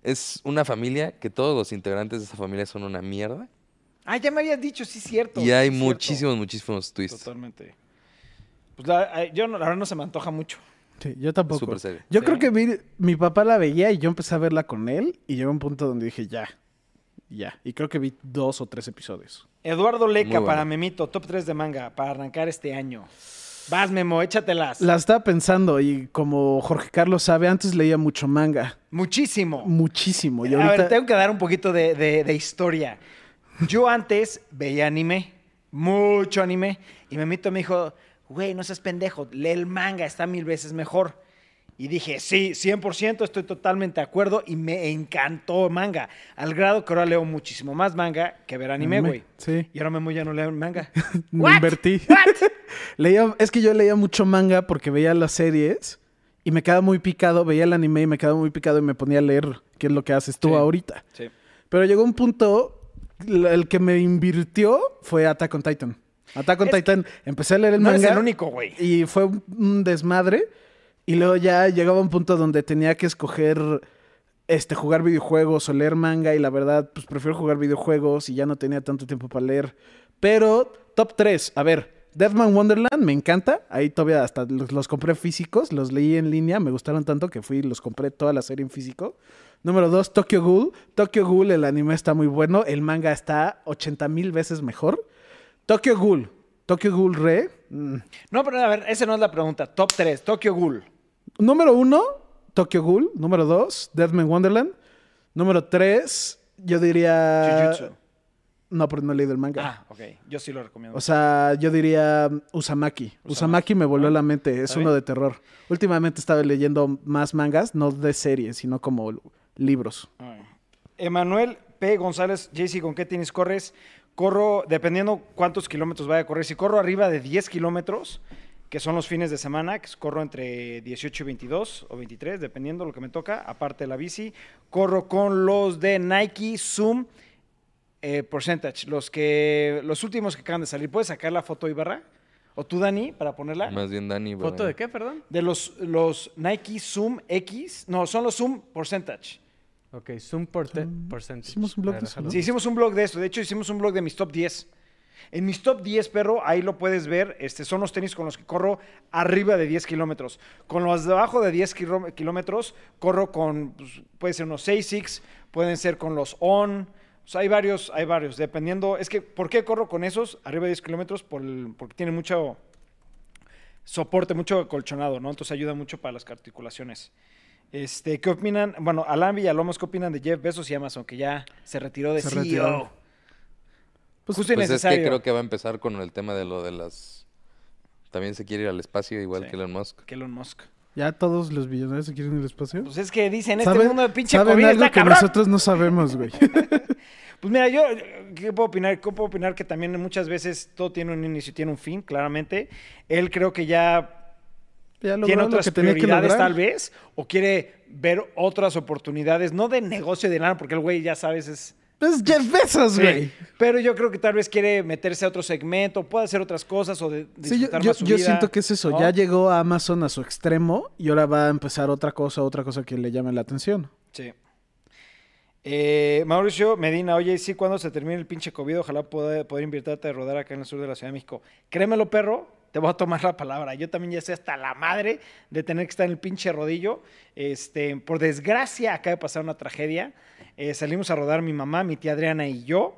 Speaker 3: Es una familia que todos los integrantes de esa familia son una mierda.
Speaker 2: Ah, ya me habías dicho, sí, es cierto.
Speaker 3: Y hay
Speaker 2: sí es cierto.
Speaker 3: muchísimos, muchísimos twists.
Speaker 2: Totalmente. Pues la- yo no- la verdad no se me antoja mucho.
Speaker 1: Sí, yo tampoco.
Speaker 3: Súper serio.
Speaker 1: Yo
Speaker 2: Sí.
Speaker 1: creo que vi- mi papá la veía y yo empecé a verla con él y llegó un punto donde dije ya, ya. Y creo que vi dos o tres episodios.
Speaker 2: Eduardo
Speaker 3: Muy
Speaker 2: Leca
Speaker 3: bueno.
Speaker 2: para Memito, top 3 de manga para arrancar este año. Vas, Memo, échatelas.
Speaker 1: La estaba pensando y como Jorge Carlos sabe, antes leía mucho manga.
Speaker 2: Muchísimo.
Speaker 1: Muchísimo. Y
Speaker 2: A
Speaker 1: ahorita...
Speaker 2: ver, tengo que dar un poquito de, de- de historia. Yo antes veía anime, mucho anime, y Memito me dijo, güey, no seas pendejo, lee el manga, está mil veces mejor. Y dije, sí, 100%, estoy totalmente de acuerdo, y me encantó manga, al grado que ahora leo muchísimo más manga que ver anime,
Speaker 1: Anime,
Speaker 2: güey.
Speaker 1: sí.
Speaker 2: Y ahora Memo ya no lee manga.
Speaker 1: No invertí. Leía, es que yo leía mucho manga porque veía las series y me quedaba muy picado, veía el anime y me quedaba muy picado y me ponía a leer qué es lo que haces tú
Speaker 2: Sí.
Speaker 1: ahorita.
Speaker 2: Sí.
Speaker 1: Pero llegó un punto, la- el que me invirtió fue Attack on Titan. Attack on
Speaker 2: Es que-
Speaker 1: Titan, empecé a leer el
Speaker 2: No
Speaker 1: manga.
Speaker 2: eres el único, güey.
Speaker 1: Y fue un- un desmadre. Y luego ya llegaba un punto donde tenía que escoger este, jugar videojuegos o leer manga. Y la verdad, pues prefiero jugar videojuegos y ya no tenía tanto tiempo para leer. Pero, top 3. A ver, Deathman Wonderland me encanta. Ahí todavía hasta los, los compré físicos, los leí en línea. Me gustaron tanto que fui y los compré toda la serie en físico. Número 2, Tokyo Ghoul. Tokyo Ghoul, el anime está muy bueno. El manga está 80 mil veces mejor. Tokyo Ghoul. Tokyo Ghoul Re. mm,
Speaker 2: No, pero a ver, esa no es la pregunta. Top 3, Tokyo Ghoul.
Speaker 1: Número uno, Tokyo Ghoul. Número dos, Deadman Wonderland. Número tres, yo diría.
Speaker 2: Jujutsu.
Speaker 1: No, porque no he leído el manga.
Speaker 2: Ah, ok. Yo sí lo recomiendo.
Speaker 1: O sea, yo diría Usamaki. Usamaki, me voló la mente. Es
Speaker 2: Ah, Está
Speaker 1: uno
Speaker 2: bien.
Speaker 1: de terror. Últimamente estaba leyendo más mangas, no de series, sino como l- libros.
Speaker 2: Ah. Emanuel P. González, JC, ¿con qué tenis corres? Corro, dependiendo cuántos kilómetros vaya a correr, si corro arriba de 10 kilómetros, que son los fines de semana, que corro entre 18 y 22 o 23, dependiendo lo que me toca, aparte de la bici, corro con los de Nike Zoom eh, Percentage, los, que, los últimos que acaban de salir. ¿Puedes sacar la foto, Ibarra? ¿O tú, Dani, para ponerla?
Speaker 3: Más bien Dani.
Speaker 4: ¿Foto
Speaker 3: para-
Speaker 4: de qué, perdón?
Speaker 2: De los, los Nike Zoom X, no, son los Zoom Percentage.
Speaker 4: Ok, Zoom porte- Percentage.
Speaker 1: Mm, Hicimos un blog
Speaker 4: A
Speaker 1: de
Speaker 4: ver,
Speaker 1: eso,
Speaker 4: déjalo.
Speaker 1: ¿no?
Speaker 2: Sí, hicimos un blog de esto. De hecho, hicimos un blog de mis top 10. En mis top 10, perro, ahí lo puedes ver. Este, son los tenis con los que corro arriba de 10 kilómetros. Con los de abajo de 10 kiló- kilómetros, corro con, pues, puede ser unos 6 pueden ser con los On. O sea, hay varios, hay varios. Dependiendo, es que, ¿por qué corro con esos arriba de 10 kilómetros? Por el- porque tiene mucho soporte, mucho acolchonado, ¿no? Entonces ayuda mucho para las articulaciones. Este, ¿qué opinan? Bueno, Alan Villalomos, ¿qué opinan de Jeff Bezos y Amazon? Que ya se retiró de E
Speaker 1: Se
Speaker 2: CEO.
Speaker 1: retiró.
Speaker 2: Pues, Justo y
Speaker 3: Pues es que
Speaker 2: necesario.
Speaker 3: creo que va a empezar con el tema de lo de las... También se quiere ir al espacio, igual
Speaker 2: Sí.
Speaker 3: que Elon Musk.
Speaker 2: que Elon Musk.
Speaker 1: Ya todos los billonarios se quieren ir al espacio.
Speaker 2: Pues es que dicen, este
Speaker 1: ¿Saben-
Speaker 2: mundo de pinche
Speaker 1: saben
Speaker 2: COVID
Speaker 1: algo
Speaker 2: está
Speaker 1: que
Speaker 2: cabrón.
Speaker 1: nosotros no sabemos, güey.
Speaker 2: Pues mira, yo eh, ¿qué puedo opinar? ¿Qué puedo opinar? Que también muchas veces todo tiene un inicio y tiene un fin, claramente. Él creo que ya
Speaker 1: Ya logró
Speaker 2: tiene
Speaker 1: lo
Speaker 2: otras
Speaker 1: que tenía que
Speaker 2: prioridades
Speaker 1: lograr.
Speaker 2: tal vez, o quiere ver otras oportunidades, no de negocio de lana, porque el güey ya sabes es...
Speaker 1: Es Jeff Bezos,
Speaker 2: Sí,
Speaker 1: Pues, güey.
Speaker 2: pero yo creo que tal vez quiere meterse a otro segmento, puede hacer otras cosas o de,
Speaker 1: Sí, yo,
Speaker 2: disfrutar
Speaker 1: yo-
Speaker 2: más su
Speaker 1: yo
Speaker 2: vida,
Speaker 1: siento que es eso.
Speaker 2: ¿no?
Speaker 1: Ya llegó a Amazon a su extremo y ahora va a empezar otra cosa, otra cosa que le llame la atención.
Speaker 2: Sí. Eh, Mauricio Medina, oye, sí, cuando se termine el pinche COVID, ojalá pueda poder invitarte a rodar acá en el sur de la Ciudad de México. Créemelo, perro, te voy a tomar la palabra. Yo también ya sé hasta la madre de tener que estar en el pinche rodillo. Este, por desgracia, acaba de pasar una tragedia. Eh, salimos a rodar mi mamá, mi tía Adriana y yo.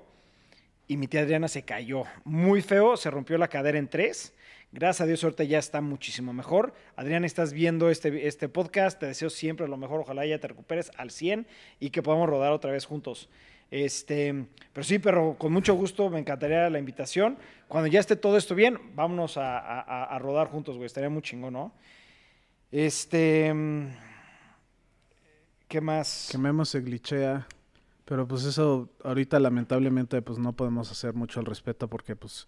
Speaker 2: Y mi tía Adriana se cayó muy feo, se rompió la cadera en tres. Gracias a Dios, ahorita ya está muchísimo mejor. Adriana, estás viendo este, este podcast. Te deseo siempre lo mejor. Ojalá ya te recuperes al 100 y que podamos rodar otra vez juntos. Este, pero sí, pero con mucho gusto me encantaría la invitación. Cuando ya esté todo esto bien, vámonos a, a- a- a rodar juntos, güey. Estaría muy chingón, ¿no? Este. mm, ¿Qué más?
Speaker 1: Que Memo se glitchea. Pero pues eso, ahorita lamentablemente, pues no podemos hacer mucho al respecto porque pues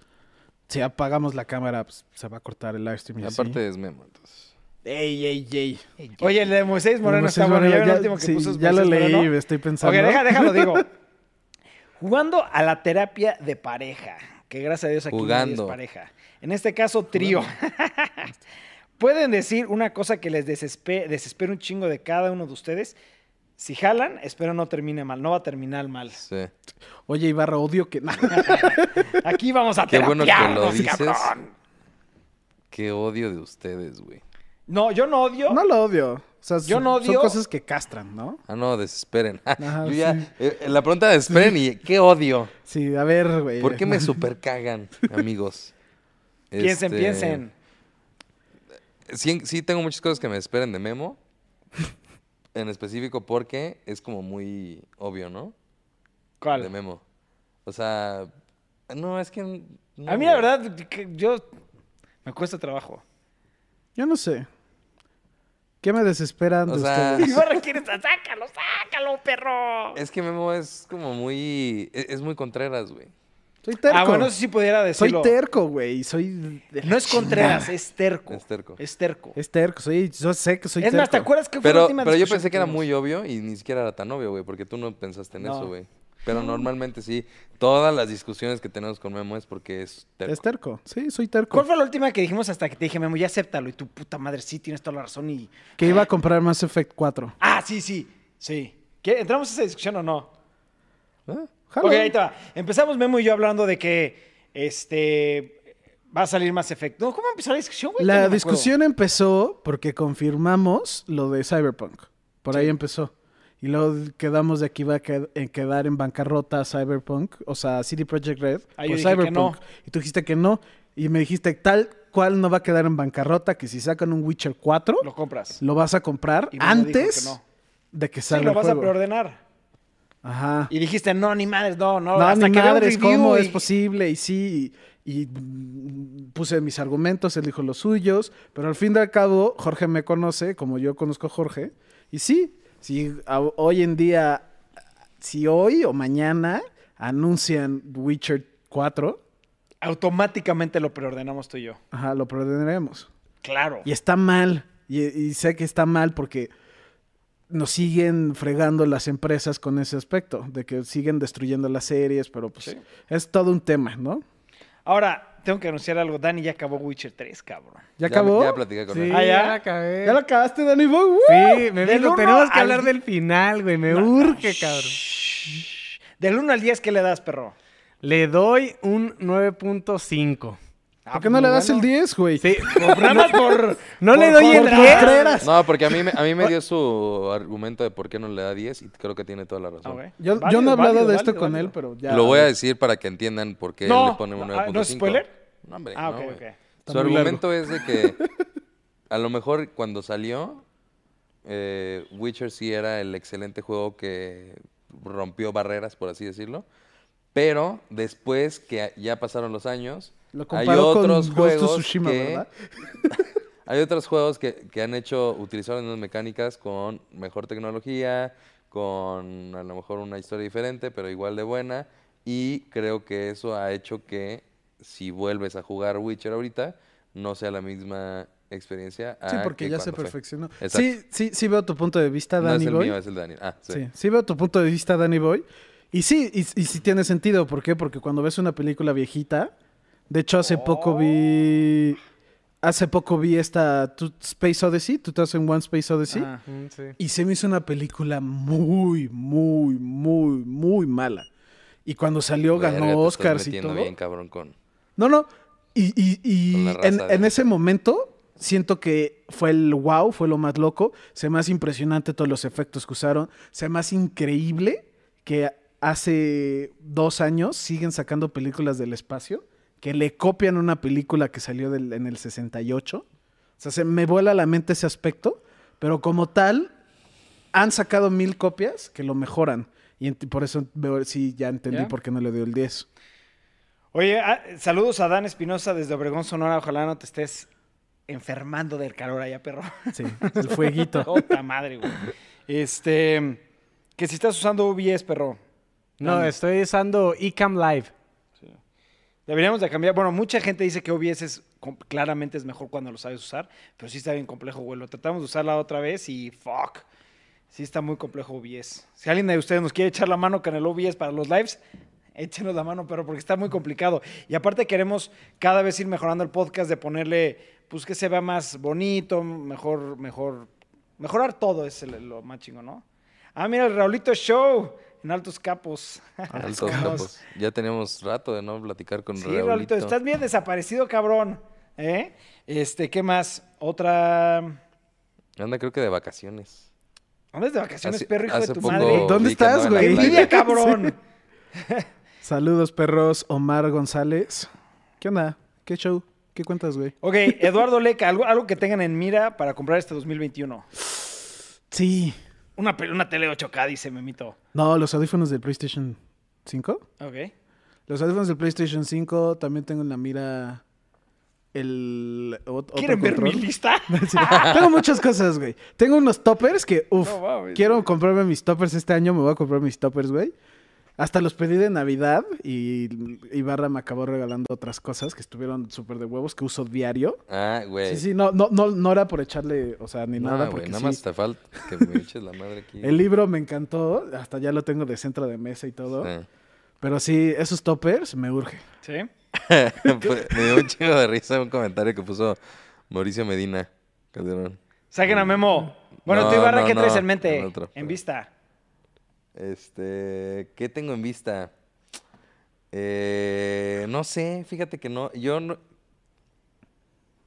Speaker 1: si apagamos la cámara, pues, se va a cortar el live stream y así.
Speaker 3: Aparte es memo, entonces.
Speaker 1: Ey, ey, ey.
Speaker 2: Oye, el de Moisés
Speaker 1: Pero
Speaker 2: Moreno
Speaker 1: Moisés
Speaker 2: está bueno.
Speaker 1: Moreno,
Speaker 2: Ya, vieron el
Speaker 1: Pues, ya-
Speaker 2: último que
Speaker 1: sí,
Speaker 2: puso
Speaker 1: ya lo
Speaker 2: Moisés
Speaker 1: leí,
Speaker 2: Moreno?
Speaker 1: estoy pensando.
Speaker 2: Ok, deja, déjalo, digo. Jugando a la terapia de pareja, que gracias a Dios aquí nadie es
Speaker 3: Jugando.
Speaker 2: pareja. En este caso, trío. Pueden decir una cosa que les desespe- desespera un chingo de cada uno de ustedes. Si jalan, espero no termine mal. No va a terminar mal.
Speaker 3: Sí.
Speaker 1: Oye, Ibarra, odio que...
Speaker 2: Aquí vamos a
Speaker 3: Qué bueno que lo
Speaker 2: terapiarnos,
Speaker 3: dices.
Speaker 2: cabrón.
Speaker 3: Qué odio de ustedes, güey.
Speaker 2: No, yo no odio.
Speaker 1: no lo odio. O sea,
Speaker 2: Yo
Speaker 1: son-
Speaker 2: no
Speaker 1: son
Speaker 2: odio-
Speaker 1: cosas que castran, ¿no?
Speaker 3: Ah, no, desesperen.
Speaker 1: Ajá,
Speaker 3: Yo ya,
Speaker 1: sí.
Speaker 3: eh, la pregunta de desesperen y qué odio.
Speaker 1: Sí, a ver, güey.
Speaker 3: ¿Por qué me supercagan, amigos?
Speaker 2: piensen,
Speaker 3: Este,
Speaker 2: piensen.
Speaker 3: Sí, sí tengo muchas cosas que me esperan de Memo. En específico porque es como muy obvio, ¿no? De
Speaker 2: ¿Cuál?
Speaker 3: Memo. O sea, no, es que... no,
Speaker 2: A mí la
Speaker 3: güey.
Speaker 2: verdad, que yo me cuesta trabajo.
Speaker 1: Yo no sé. ¿Qué me desesperan
Speaker 3: O
Speaker 1: de
Speaker 3: sea,
Speaker 1: ustedes?
Speaker 2: Ibarra quiere sácalo, sácalo, perro.
Speaker 3: Es que Memo es como muy... e- Es muy contreras, güey.
Speaker 1: Soy terco.
Speaker 2: Ah, bueno, eso sí pudiera
Speaker 1: soy
Speaker 2: decirlo.
Speaker 1: terco, güey. Soy... de la
Speaker 2: No es Contreras,
Speaker 1: chingada.
Speaker 2: es terco.
Speaker 3: Es terco.
Speaker 2: Es terco. Es,
Speaker 1: Es terco, soy... Yo sé que soy terco.
Speaker 2: más, ¿te acuerdas que fue la
Speaker 3: Pero,
Speaker 2: última
Speaker 3: pero yo
Speaker 2: discusión
Speaker 3: pensé que era
Speaker 2: tuvimos?
Speaker 3: muy obvio y ni siquiera era tan obvio, güey, porque tú no pensaste en
Speaker 2: No.
Speaker 3: eso, güey. Pero normalmente sí, todas las discusiones que tenemos con Memo es porque es terco.
Speaker 1: Es terco. Sí, soy terco.
Speaker 2: ¿Cuál fue la última que dijimos hasta que te dije, Memo, ya acéptalo? Y tu puta madre, sí, tienes toda la razón y...
Speaker 1: Que iba a comprar Mass Effect 4.
Speaker 2: Ah, sí, sí, sí. ¿Qué? ¿Entramos a esa discusión o no?
Speaker 3: ¿Ah?
Speaker 1: Jalo.
Speaker 2: Ok, ahí te va. Empezamos Memo y yo hablando de que, este, va a salir más efecto. No, ¿Cómo empezó la discusión, güey? Ya
Speaker 1: La
Speaker 2: ni me
Speaker 1: discusión empezó porque confirmamos lo de Cyberpunk. Por ahí empezó. Y luego quedamos de que iba a qued- en quedar en bancarrota Cyberpunk, o sea, CD Projekt Red,
Speaker 2: Ah, yo dije
Speaker 1: por
Speaker 2: que
Speaker 1: Cyberpunk.
Speaker 2: no.
Speaker 1: Y tú dijiste que no. Y me dijiste tal cual no va a quedar en bancarrota, que si sacan un Witcher 4,
Speaker 2: acuerdo.
Speaker 1: lo,
Speaker 2: Lo compras.
Speaker 1: vas a comprar
Speaker 2: Y Memo dijo que
Speaker 1: antes
Speaker 2: no.
Speaker 1: de que
Speaker 2: Sí,
Speaker 1: salga
Speaker 2: lo
Speaker 1: el
Speaker 2: vas a
Speaker 1: juego.
Speaker 2: preordenar.
Speaker 1: Ajá.
Speaker 2: Y dijiste, no, ni madres, no, no.
Speaker 1: No,
Speaker 2: hasta
Speaker 1: ni
Speaker 2: que vea un
Speaker 1: madres,
Speaker 2: review
Speaker 1: ¿cómo
Speaker 2: y-
Speaker 1: es posible? Y sí, y, y, mm, puse mis argumentos, él dijo los suyos, pero al fin y al cabo, Jorge me conoce, como yo conozco a Jorge, y sí, si a- hoy en día, si hoy o mañana anuncian Witcher 4,
Speaker 2: Automáticamente lo preordenamos tú y yo.
Speaker 1: ajá, lo preordenaremos.
Speaker 2: Claro.
Speaker 1: Y está mal, y, y sé que está mal porque nos siguen fregando las empresas con ese aspecto, de que siguen destruyendo las series, pero pues
Speaker 2: Sí.
Speaker 1: es todo un tema, ¿no?
Speaker 2: Ahora, tengo que anunciar algo. Dani ya acabó Witcher 3, cabrón.
Speaker 3: Ya-
Speaker 1: ¿Ya acabó?
Speaker 3: ya platiqué con él.
Speaker 2: Ah, ¿ya?
Speaker 4: la acabé.
Speaker 1: ¿Ya lo acabaste, Danny Boy? Uh, ¡Woo!
Speaker 4: Sí, me
Speaker 2: Del
Speaker 4: vino.
Speaker 2: uno
Speaker 4: Tenemos que
Speaker 2: al
Speaker 4: hablar
Speaker 2: di-
Speaker 4: del final, güey. Me urge, cabrón.
Speaker 2: Shh. Del 1 al 10, ¿qué le das, perro?
Speaker 4: Le doy un 9.5.
Speaker 3: Ah,
Speaker 1: ¿Por qué no le das el 10, güey?
Speaker 4: Sí,
Speaker 2: Ah, Nada más por...
Speaker 4: no le
Speaker 2: por- Ah,
Speaker 4: doy
Speaker 2: por
Speaker 4: el 10.
Speaker 1: Contreras.
Speaker 3: No, porque a mí, me- a mí me dio su argumento de por qué no le da 10 y creo que tiene toda la
Speaker 2: Ah,
Speaker 3: razón.
Speaker 2: güey.
Speaker 1: Yo, yo
Speaker 2: Válido,
Speaker 1: no he hablado
Speaker 2: válido,
Speaker 1: de esto
Speaker 2: válido,
Speaker 1: con
Speaker 2: válido.
Speaker 1: él, pero ya.
Speaker 3: Lo voy a decir para que entiendan por qué
Speaker 2: No.
Speaker 3: le ponen un
Speaker 2: Ah, ¿no es
Speaker 3: 9.5.
Speaker 2: spoiler?
Speaker 3: No, hombre,
Speaker 2: Ah,
Speaker 3: no,
Speaker 2: ok,
Speaker 3: güey.
Speaker 2: ok.
Speaker 3: Su
Speaker 1: Está muy largo.
Speaker 3: argumento es de que a lo mejor cuando salió, eh, Witcher sí era el excelente juego que rompió barreras, por así decirlo. Pero después que ya pasaron los años,
Speaker 1: Lo
Speaker 3: hay
Speaker 1: comparó con
Speaker 3: otros
Speaker 1: Ghost of
Speaker 3: juegos
Speaker 1: Tsushima,
Speaker 3: que-
Speaker 1: ¿verdad?
Speaker 3: hay otros juegos que, que han hecho utilizar las mismas mecánicas con mejor tecnología, con a lo mejor una historia diferente, pero igual de buena. Y creo que eso ha hecho que si vuelves a jugar Witcher ahorita, no sea la misma experiencia.
Speaker 1: Sí,
Speaker 3: a
Speaker 1: porque
Speaker 3: que
Speaker 1: ya se
Speaker 3: Ah, cuando fue.
Speaker 1: perfeccionó.
Speaker 3: Exacto.
Speaker 1: Sí, sí, sí veo tu punto de vista,
Speaker 3: No es
Speaker 1: Danny
Speaker 3: el
Speaker 1: Boy.
Speaker 3: mío, es el de Daniel. Ah, sí.
Speaker 1: Sí, sí veo tu punto de vista, Danny Boy. Y sí, y, y sí tiene sentido. ¿Por qué? Porque cuando ves una película viejita, de hecho hace poco
Speaker 3: Oh.
Speaker 1: vi, hace poco vi esta tu- Space Odyssey, 2001 Space Odyssey,
Speaker 3: Ah.
Speaker 2: Ajá.
Speaker 4: Mm, sí.
Speaker 1: y se me hizo una película muy, muy, muy, muy mala. Y cuando salió
Speaker 3: Verga,
Speaker 1: ganó
Speaker 3: te estás
Speaker 1: Oscars y
Speaker 3: metiendo
Speaker 1: todo.
Speaker 3: bien cabrón con...
Speaker 1: No, no. Y, y- y
Speaker 3: Con la raza
Speaker 1: en,
Speaker 3: de-
Speaker 1: en ese momento siento que fue el wow, fue lo más loco. Se me hace impresionante todos los efectos que usaron. Se me hace increíble que hace dos años siguen sacando películas del espacio, que le copian una película que salió del- en el 68. O sea, se me vuela la mente ese aspecto, pero como tal, han sacado mil copias que lo mejoran. Y ent- por eso veo, sí, ya entendí
Speaker 2: ¿Ya?
Speaker 1: por qué no le dio el 10.
Speaker 2: Oye, ah, saludos a Dan Espinosa desde Obregón, Sonora. Ojalá no te estés enfermando del calor allá, perro.
Speaker 1: Sí, el fueguito.
Speaker 2: Jota madre, güey. Este, que si estás usando OBS, perro.
Speaker 4: No, estoy usando Ecamm Live.
Speaker 2: Deberíamos de cambiar. Bueno, mucha gente dice que OBS es, com- claramente es mejor cuando lo sabes usar, pero sí está bien complejo, güey. Lo tratamos de usar la otra vez y fuck. Sí está muy complejo OBS. Si alguien de ustedes nos quiere echar la mano con el OBS para los lives, échenos la mano, pero porque está muy complicado. Y aparte queremos cada vez ir mejorando el podcast de ponerle, pues que se vea más bonito, mejor, mejor, mejorar todo es el- lo más chingo, ¿no? Ah, mira, el Raulito Show en Altos Capos.
Speaker 3: Altos capos. Ya teníamos rato de no platicar con
Speaker 2: Sí,
Speaker 3: Raulito.
Speaker 2: Raulito, estás bien desaparecido, cabrón. ¿Eh? Este, ¿qué más? Otra.
Speaker 3: Anda creo que de vacaciones.
Speaker 2: ¿Dónde de vacaciones,
Speaker 3: Hace-
Speaker 2: perro, hijo
Speaker 3: hace
Speaker 2: de tu
Speaker 3: poco
Speaker 2: madre?
Speaker 1: ¿Dónde
Speaker 3: vi que andaba
Speaker 1: estás,
Speaker 3: en la
Speaker 1: güey?
Speaker 2: ¡Qué
Speaker 3: playa.
Speaker 2: día, cabrón!
Speaker 1: Saludos, perros. Omar González. ¿Qué onda? ¿Qué show? ¿Qué cuentas, güey?
Speaker 2: ok, Eduardo Leca, algo, algo que tengan en mira para comprar este 2021.
Speaker 1: Sí.
Speaker 2: Una, pel- una tele 8K, dice Memito.
Speaker 1: No, los audífonos del PlayStation 5.
Speaker 2: Ok.
Speaker 1: Los audífonos del PlayStation 5 también tengo en la mira el ot- otro
Speaker 2: ¿Quieren ver mi
Speaker 1: control.
Speaker 2: lista?
Speaker 1: Sí. Tengo muchas cosas, güey. Tengo unos toppers que, uff,
Speaker 2: No mames,
Speaker 1: quiero comprarme mis toppers este año, me voy a comprar mis toppers, güey. Hasta los pedí de Navidad y Ibarra me acabó regalando otras cosas que estuvieron súper de huevos que uso diario.
Speaker 3: Ah, güey.
Speaker 1: Sí, sí, no, no, no, no era por echarle, o sea, ni
Speaker 3: No,
Speaker 1: nada,
Speaker 3: güey,
Speaker 1: porque
Speaker 3: nada
Speaker 1: sí,
Speaker 3: más te falta que me eches la madre aquí.
Speaker 1: el libro me encantó, hasta ya lo tengo de centro de mesa y todo,
Speaker 3: Ah.
Speaker 1: pero sí, esos toppers me urge.
Speaker 2: Sí.
Speaker 3: Fue- me dio un chingo de risa un comentario que puso Mauricio Medina. Calderón.
Speaker 2: Saquen a Memo. Bueno,
Speaker 3: Mm. No,
Speaker 2: tú, Ibarra,
Speaker 3: no,
Speaker 2: ¿qué
Speaker 3: no,
Speaker 2: traes en mente?
Speaker 3: el otro.
Speaker 2: en vista.
Speaker 3: Este, ¿qué tengo en vista? Eh, no sé, fíjate que no, yo no-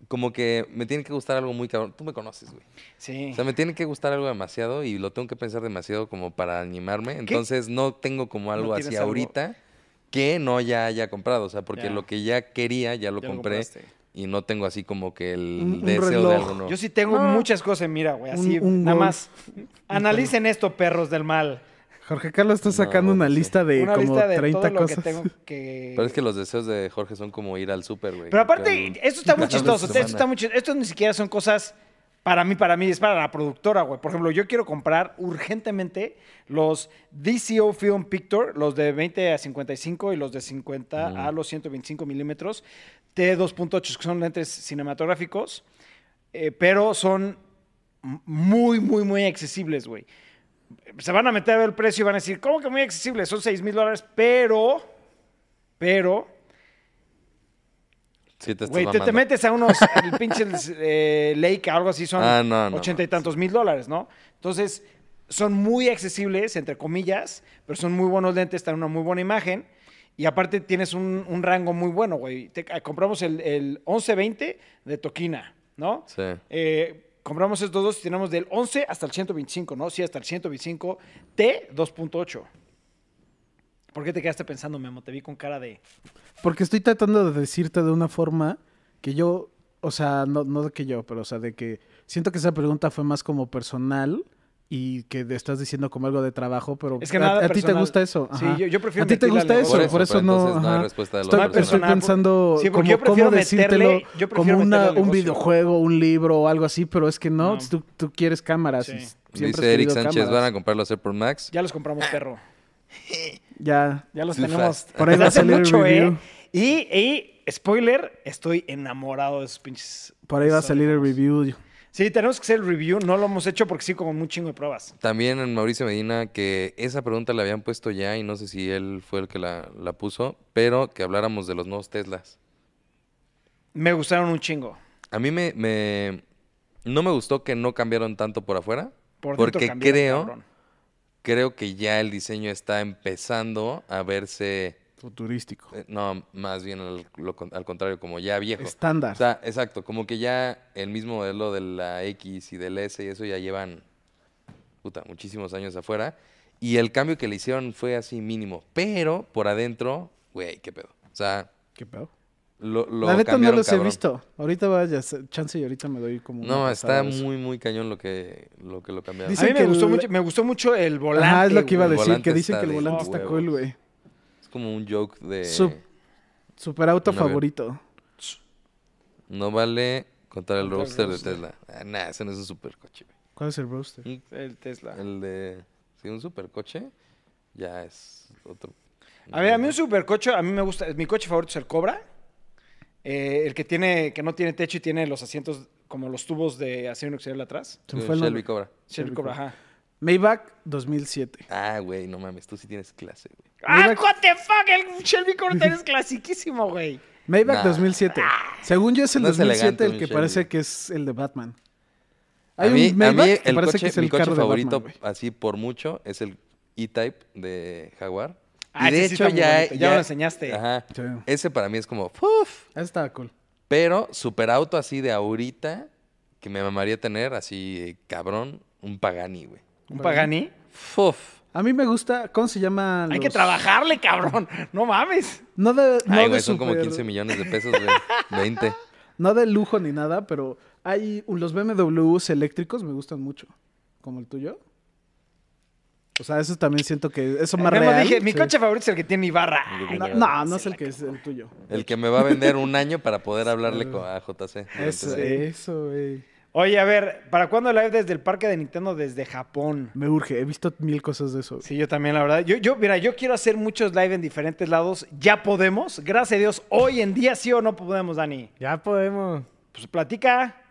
Speaker 3: como que me tiene que gustar algo muy cabrón. Tú me conoces, güey.
Speaker 2: Sí.
Speaker 3: O sea, me tiene que gustar algo demasiado y lo tengo que pensar demasiado como para animarme. Entonces no tengo como algo así
Speaker 2: tienes algo?
Speaker 3: ahorita que no ya haya comprado. O sea, porque
Speaker 2: Ya.
Speaker 3: lo que ya quería ya lo
Speaker 2: Ya lo
Speaker 3: compré
Speaker 2: compraste.
Speaker 3: y no tengo así como que el
Speaker 1: Un- un
Speaker 3: deseo de algo
Speaker 1: reloj.
Speaker 3: nuevo.
Speaker 2: Yo sí tengo muchas cosas en mira, güey. Así,
Speaker 1: Ah. Un- un
Speaker 2: nada
Speaker 1: gol.
Speaker 2: más. Analicen esto, perros del mal.
Speaker 1: Jorge Carlos está sacando
Speaker 3: no pues
Speaker 1: una
Speaker 3: sé.
Speaker 1: lista de
Speaker 2: Una
Speaker 1: como
Speaker 2: lista de
Speaker 1: 30
Speaker 2: todo lo
Speaker 1: cosas.
Speaker 2: que tengo que...
Speaker 3: Pero es que los deseos de Jorge son como ir al súper, güey.
Speaker 2: Pero
Speaker 3: Cada
Speaker 2: aparte, eh,
Speaker 3: un-
Speaker 2: esto está muy
Speaker 3: cada vez
Speaker 2: chistoso. Esto
Speaker 3: semana.
Speaker 2: está muy chistoso. Esto ni siquiera son cosas para mí, para mí, es para la productora, güey. Por ejemplo, yo quiero comprar urgentemente los DCO Film Picture, los de 20 a 55 y los de 50 a los 125 milímetros, T2.8, que son lentes cinematográficos, eh, pero son m- muy, muy, muy accesibles, güey. Se van a meter a ver el precio y van a decir, ¿cómo que muy accesibles? Son 6 mil dólares, pero, pero,
Speaker 3: Sí, te estás
Speaker 2: Güey, te, te
Speaker 3: mamando.
Speaker 2: metes a unos, el pinche eh, Leica o algo así, son
Speaker 3: Ah, no, no,
Speaker 2: ochenta y
Speaker 3: no,
Speaker 2: tantos mil dólares, ¿no? Entonces, son muy accesibles, entre comillas, pero son muy buenos lentes, están una muy buena imagen. Y aparte tienes un, un rango muy bueno, güey. Te- ah, compramos el, el 1120 de Toquina, ¿no?
Speaker 3: Sí.
Speaker 2: Eh, compramos estos dos y tenemos del 11 hasta el 125, ¿no? Sí, hasta el 125 T 2.8. ¿Por qué te quedaste pensando, Memo? Te vi con cara de...
Speaker 1: Porque estoy tratando de decirte de una forma que yo, o sea, no, no de que yo, pero o sea, de que siento que esa pregunta fue más como personal y que te estás diciendo como algo de trabajo, pero
Speaker 2: Es que
Speaker 1: a,
Speaker 2: nada
Speaker 1: a ti te
Speaker 2: personal.
Speaker 1: gusta eso.
Speaker 2: Sí,
Speaker 1: ajá.
Speaker 2: yo- yo prefiero
Speaker 1: A ti te
Speaker 2: meterle
Speaker 1: gusta
Speaker 2: al
Speaker 1: eso,
Speaker 2: negocio.
Speaker 1: por
Speaker 3: Por
Speaker 1: eso,
Speaker 3: eso, pero entonces
Speaker 1: no.
Speaker 3: no hay
Speaker 1: ajá.
Speaker 3: respuesta de lo
Speaker 1: estoy,
Speaker 2: personal.
Speaker 1: estoy
Speaker 2: Personal,
Speaker 1: pensando
Speaker 2: por- sí, porque
Speaker 1: como,
Speaker 2: yo
Speaker 1: cómo
Speaker 2: prefiero
Speaker 1: decírtelo,
Speaker 2: meterle- yo prefiero meterle
Speaker 1: como una-
Speaker 2: al
Speaker 1: un
Speaker 2: negocio.
Speaker 1: videojuego, un libro o algo así, pero es que no,
Speaker 2: No.
Speaker 1: Tú, tú quieres cámaras.
Speaker 2: Sí.
Speaker 1: y s- siempre has
Speaker 3: Dice Eric
Speaker 1: querido
Speaker 3: Sánchez,
Speaker 1: cámaras.
Speaker 3: van a comprarlo a por Max.
Speaker 2: Ya los compramos, perro.
Speaker 1: Ya,
Speaker 2: Ya los
Speaker 3: Too
Speaker 2: tenemos.
Speaker 3: fast.
Speaker 1: Por ahí va a
Speaker 2: desde hace
Speaker 1: salir el
Speaker 2: mucho, ¿eh?
Speaker 1: review.
Speaker 2: Y, y, spoiler, estoy enamorado de esos pinches.
Speaker 1: por ahí va a salir el
Speaker 2: audífonos.
Speaker 1: review.
Speaker 2: Sí, tenemos que hacer el review. No lo hemos hecho porque sí, como un chingo de pruebas.
Speaker 3: También en Mauricio Medina, que esa pregunta la habían puesto ya y no sé si él fue el que la, la puso, pero que habláramos de los nuevos Teslas.
Speaker 2: Me gustaron un chingo.
Speaker 3: A mí me, me- no me gustó que no cambiaron tanto por afuera,
Speaker 2: Por dentro
Speaker 3: porque
Speaker 2: cambiaron,
Speaker 3: creo,
Speaker 2: cabrón.
Speaker 3: creo que ya el diseño está empezando a verse,
Speaker 1: Futurístico.
Speaker 3: eh, no, más bien al, lo con- al contrario, como ya viejo.
Speaker 1: Estándar.
Speaker 3: O sea, exacto, como que ya el mismo modelo de la X y del S y eso ya llevan, puta, muchísimos años afuera. Y el cambio que le hicieron fue así mínimo, pero por adentro, güey, qué pedo. O sea,
Speaker 1: ¿Qué pedo?
Speaker 3: lo, lo
Speaker 1: La neta no
Speaker 3: cambiaron,
Speaker 1: los he
Speaker 3: cabrón.
Speaker 1: visto. Ahorita vayas, chance y ahorita me doy como. una
Speaker 3: No,
Speaker 1: pasada
Speaker 3: está
Speaker 1: de eso.
Speaker 3: muy, muy cañón lo que lo, que lo cambiaron.
Speaker 1: Dicen
Speaker 2: a mí
Speaker 1: que
Speaker 2: me gustó,
Speaker 1: el-
Speaker 2: mucho, me gustó mucho el volante.
Speaker 1: Ajá, es lo que iba a
Speaker 3: El
Speaker 2: güey.
Speaker 1: decir, que
Speaker 3: volante
Speaker 1: dicen
Speaker 3: está
Speaker 1: que el
Speaker 3: de
Speaker 1: volante está
Speaker 3: huevos.
Speaker 1: cool, güey.
Speaker 3: Es como un joke de...
Speaker 1: Sup- Super auto
Speaker 3: Un avión.
Speaker 1: favorito.
Speaker 3: No vale contar
Speaker 2: Contra
Speaker 3: el
Speaker 2: el
Speaker 3: roadster de
Speaker 2: roadster.
Speaker 3: Tesla. Ah, nah, ese no es un supercoche. güey.
Speaker 1: ¿Cuál es el roaster?
Speaker 2: El Tesla.
Speaker 3: El de... Sí, un supercoche ya es otro... Eh,
Speaker 2: A ver, a mí un supercoche, a mí me gusta, mi coche favorito es el Cobra, eh, el que tiene, que no tiene techo y tiene los asientos como los tubos de acero inoxidable atrás.
Speaker 1: Se me fue el
Speaker 3: Shelby
Speaker 1: nombre.
Speaker 3: Cobra.
Speaker 2: Sí, el
Speaker 1: Shelby
Speaker 2: Cobra,
Speaker 1: Cobra.
Speaker 2: ajá.
Speaker 1: Maybach 2007.
Speaker 3: Ah, güey, no mames, tú sí tienes clase, güey.
Speaker 2: ¡Ah,
Speaker 1: Mira-
Speaker 2: what the fuck! El Shelby Cobra también es clasiquísimo, güey.
Speaker 3: Nah.
Speaker 1: Maybach 2007. Según yo es el
Speaker 3: No es
Speaker 1: 2007
Speaker 3: elegante
Speaker 1: el
Speaker 3: un
Speaker 1: que
Speaker 3: Chevy.
Speaker 1: parece que es el de Batman.
Speaker 3: A mí, a mí
Speaker 1: Maybach
Speaker 3: el
Speaker 1: parece
Speaker 3: coche,
Speaker 1: que es
Speaker 3: mi
Speaker 1: el
Speaker 3: coche
Speaker 1: carro de
Speaker 3: favorito,
Speaker 1: Batman, güey.
Speaker 3: así por mucho, es el E-Type de Jaguar.
Speaker 2: Ah,
Speaker 3: y de
Speaker 2: ese sí
Speaker 3: hecho
Speaker 2: está muy
Speaker 3: ya,
Speaker 2: bonito, ya me lo enseñaste.
Speaker 3: Ajá.
Speaker 1: Sí.
Speaker 3: Ese para mí es como, ¡puf!
Speaker 1: Ah, estaba cool.
Speaker 3: Pero superauto así de ahorita, que me mamaría tener, así eh, cabrón, un Pagani, güey.
Speaker 2: Un Pagani.
Speaker 3: ¡Puf!
Speaker 1: A mí me gusta, ¿cómo se llama?
Speaker 2: Hay
Speaker 1: los-
Speaker 2: que trabajarle, cabrón. No mames.
Speaker 1: No de, no,
Speaker 3: Ay,
Speaker 1: de
Speaker 3: güey, son como
Speaker 1: super-
Speaker 3: 15 millones de pesos, güey. 20.
Speaker 1: no de lujo ni nada, pero hay un- los BMWs eléctricos me gustan mucho, como el tuyo. O sea, eso también siento que eso más
Speaker 2: Memo,
Speaker 1: real.
Speaker 2: dije, mi
Speaker 1: sí.
Speaker 2: coche favorito es el que tiene Ibarra.
Speaker 1: No, no, no es el que es el tuyo.
Speaker 3: El que me va a vender un año para poder hablarle co- a JC. durante
Speaker 1: Eso, eh.
Speaker 3: ese-
Speaker 1: eso, güey.
Speaker 2: Oye, a ver, ¿para cuándo live desde el parque de Nintendo desde Japón?
Speaker 1: Me urge, he visto mil cosas de eso.
Speaker 2: Sí, yo también, la verdad. Yo, yo, mira, yo quiero hacer muchos live en diferentes lados. Ya podemos. Gracias a Dios, hoy en día sí o no podemos, Dani.
Speaker 4: Ya podemos.
Speaker 2: Pues platica.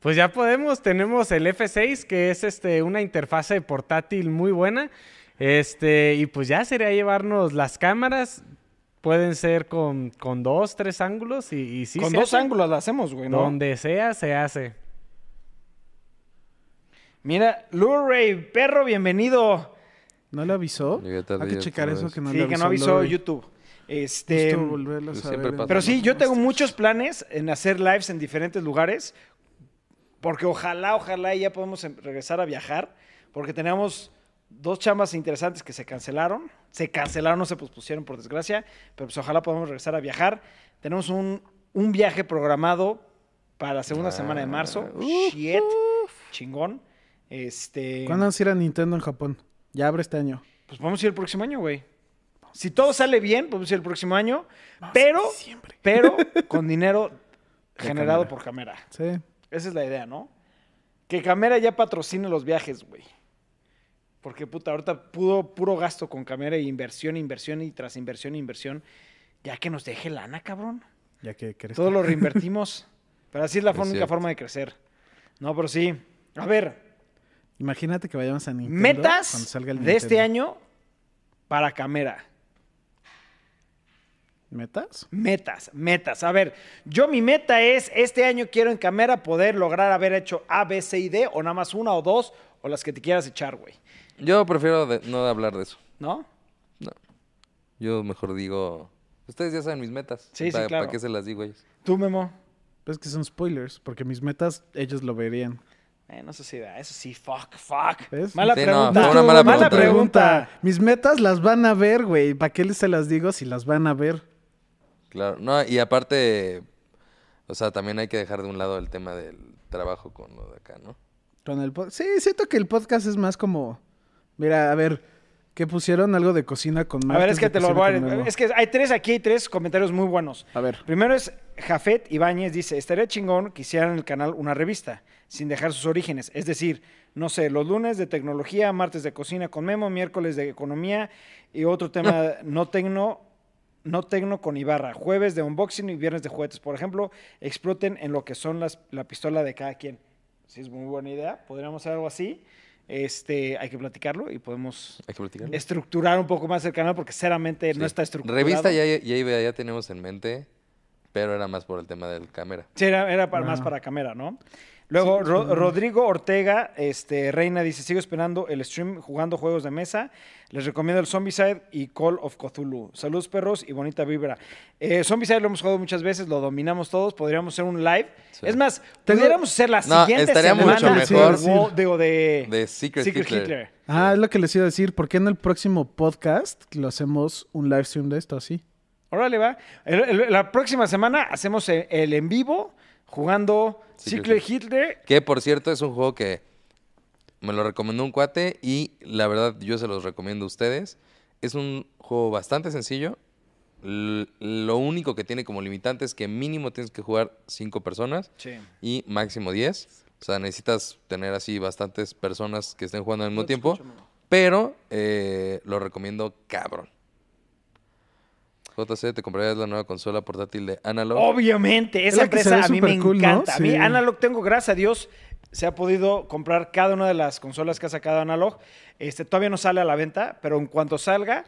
Speaker 4: Pues ya podemos, tenemos el F6, que es este, una interfase portátil muy buena. Este, y pues ya sería llevarnos las cámaras. Pueden ser con, con dos, tres ángulos y, y sí.
Speaker 2: Con
Speaker 4: se
Speaker 2: dos
Speaker 4: hace.
Speaker 2: ángulos la hacemos, güey, ¿no?
Speaker 4: Donde sea, se hace.
Speaker 2: Mira, Luray, perro, bienvenido.
Speaker 1: ¿No le avisó?
Speaker 3: Llegué tarde
Speaker 1: Hay que
Speaker 3: ya,
Speaker 1: checar
Speaker 3: otra
Speaker 1: eso
Speaker 3: vez.
Speaker 1: que no
Speaker 2: sí,
Speaker 1: le
Speaker 2: que no
Speaker 1: avisó
Speaker 2: avisó
Speaker 1: el güey.
Speaker 2: YouTube. Este.
Speaker 1: Justo volverlo a
Speaker 3: Siempre
Speaker 1: saber en-
Speaker 3: pasa.
Speaker 2: Pero sí, yo tengo muchos planes en hacer lives en diferentes lugares, porque ojalá, ojalá ya podemos em- regresar a viajar, porque teníamos dos chambas interesantes que se cancelaron, se cancelaron, no se pospusieron por desgracia, pero pues ojalá podamos regresar a viajar. Tenemos un, un viaje programado para la segunda semana de marzo. Shit, chingón. Este,
Speaker 1: ¿Cuándo vamos a ir a Nintendo en Japón? Ya abre este año.
Speaker 2: Pues vamos a ir el próximo año, güey. Si todo sale bien, podemos ir el próximo año, pero, pero con dinero generado por Camera.
Speaker 1: Sí.
Speaker 2: Esa es la idea, ¿no? Que Camera ya patrocine los viajes, güey. Porque, puta, ahorita pudo, puro gasto con Camera y inversión, inversión y tras inversión, inversión. Ya que nos deje lana, cabrón.
Speaker 1: Ya que crees.
Speaker 2: Todo lo reinvertimos. Pero así es la
Speaker 3: Es
Speaker 2: única
Speaker 3: cierto.
Speaker 2: forma de crecer. No, pero sí. A ver,
Speaker 1: Imagínate que vayamos a Nintendo. cuando
Speaker 2: metas
Speaker 1: salga el
Speaker 2: de este
Speaker 1: Nintendo.
Speaker 2: año para Camera.
Speaker 1: ¿Metas?
Speaker 2: Metas, metas. A ver, yo mi meta es, este año quiero en Camera poder lograr haber hecho A, B, C y D, o nada más una o dos, o las que te quieras echar, güey.
Speaker 3: Yo prefiero de- no hablar de eso.
Speaker 2: ¿No?
Speaker 3: Yo mejor digo, ustedes ya saben mis metas.
Speaker 2: Sí, sí,
Speaker 3: ¿Para,
Speaker 2: claro.
Speaker 3: qué se las digo a ellos?
Speaker 2: Tú, Memo.
Speaker 1: Pues que son spoilers, porque mis metas ellos lo verían.
Speaker 2: Eh, no sé si da, eso sí, fuck, fuck.
Speaker 1: ¿Ves?
Speaker 2: Mala
Speaker 3: Sí, no,
Speaker 2: pregunta.
Speaker 3: Ah, fue una mala
Speaker 2: mala
Speaker 1: pregunta.
Speaker 2: pregunta.
Speaker 1: Mis metas las van a ver, güey. ¿Para qué les se las digo si las van a ver?
Speaker 3: Claro. No, y aparte, o sea, también hay que dejar de un lado el tema del trabajo con lo de acá, ¿no?
Speaker 1: Con el pod- sí, siento que el podcast es más como. Mira, a ver, ¿qué pusieron algo de cocina con
Speaker 2: A
Speaker 1: Marcos?
Speaker 2: ver, es que
Speaker 1: de
Speaker 2: te lo
Speaker 1: cocina
Speaker 2: voy
Speaker 1: con
Speaker 2: a...
Speaker 1: Memo?
Speaker 2: Es que hay tres aquí, hay tres comentarios muy buenos.
Speaker 1: A ver.
Speaker 2: Primero es Jafet Ibáñez, dice, estaría chingón que hicieran en el canal una revista, sin dejar sus orígenes. Es decir, no sé, los lunes de tecnología, martes de cocina con Memo, miércoles de economía y otro tema no tecno, no tecno con Ibarra, jueves de unboxing y viernes de juguetes. Por ejemplo, exploten en lo que son las, la pistola de cada quien. Sí, es muy buena idea. Podríamos hacer algo así. Este, hay que platicarlo y podemos
Speaker 3: Hay que platicarlo.
Speaker 2: estructurar un poco más el canal porque sinceramente no
Speaker 3: Sí.
Speaker 2: está estructurado.
Speaker 3: Revista ya, ya, iba- ya tenemos en mente, pero era más por el tema del cámara.
Speaker 2: Sí, era, era para- más
Speaker 1: Ah.
Speaker 2: para cámara, ¿no? Luego, Ro- Rodrigo Ortega, este, Reina, dice, sigo esperando el stream jugando juegos de mesa. Les recomiendo el Zombicide y Call of Cthulhu. Saludos, perros, y bonita vibra. Eh, Zombicide lo hemos jugado muchas veces, lo dominamos todos. Podríamos hacer un live.
Speaker 3: Sí.
Speaker 2: Es más,
Speaker 1: Tengo-
Speaker 2: pudiéramos hacer la
Speaker 3: No,
Speaker 2: siguiente
Speaker 3: estaría
Speaker 2: semana.
Speaker 3: mucho
Speaker 2: de
Speaker 1: mejor.
Speaker 2: Wo- digo, de,
Speaker 3: De Secret,
Speaker 2: Secret
Speaker 3: Hitler.
Speaker 2: Hitler.
Speaker 1: Ah, es lo que les iba a decir. ¿Por qué en el próximo podcast lo hacemos un live stream de esto así?
Speaker 2: Órale, va. El- el- la próxima semana hacemos el, el en vivo jugando
Speaker 3: Secret
Speaker 2: Secret Hitler
Speaker 3: Que por cierto es un juego que me lo recomendó un cuate y la verdad yo se los recomiendo a ustedes. Es un juego bastante sencillo. L- lo único que tiene como limitante es que mínimo tienes que jugar cinco personas
Speaker 2: Sí.
Speaker 3: y máximo 10. O sea, necesitas tener así bastantes personas que estén jugando al mismo
Speaker 2: No te
Speaker 3: tiempo.
Speaker 2: escucho, Memo.
Speaker 3: pero eh, lo recomiendo cabrón. JC, ¿te comprarías la nueva consola portátil de Analog?
Speaker 2: Oh, Obviamente,
Speaker 1: la
Speaker 2: esa
Speaker 1: que se
Speaker 2: empresa
Speaker 1: ve
Speaker 2: a mí me
Speaker 1: supercool, ¿no?
Speaker 2: encanta. A mí
Speaker 1: Sí.
Speaker 2: Analog tengo, gracias a Dios, se ha podido comprar cada una de las consolas que ha sacado Analog. Este, todavía no sale a la venta, pero en cuanto salga,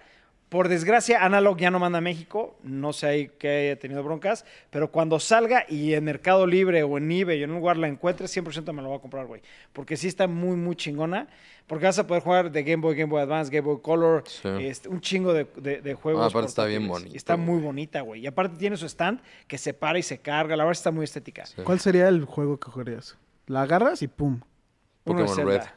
Speaker 2: por desgracia, Analog ya no manda a México. No sé ahí que haya tenido broncas, pero cuando salga y en Mercado Libre o en eBay o en un lugar la encuentre, 100% me lo va a comprar, güey. Porque sí está muy, muy chingona. Porque vas a poder jugar de Game Boy, Game Boy Advance, Game Boy Color,
Speaker 3: Sí. Ah,
Speaker 2: este, un chingo de, de- de juegos.
Speaker 3: aparte está bien
Speaker 2: portátiles.
Speaker 3: bonito,
Speaker 2: Y Está
Speaker 3: güey.
Speaker 2: muy bonita, güey. Y aparte tiene su stand que se para y se carga. La verdad está muy estética.
Speaker 3: Sí.
Speaker 1: ¿Cuál sería el juego que jugarías? La agarras y pum.
Speaker 2: Uno de
Speaker 3: Pokémon
Speaker 2: Zelda.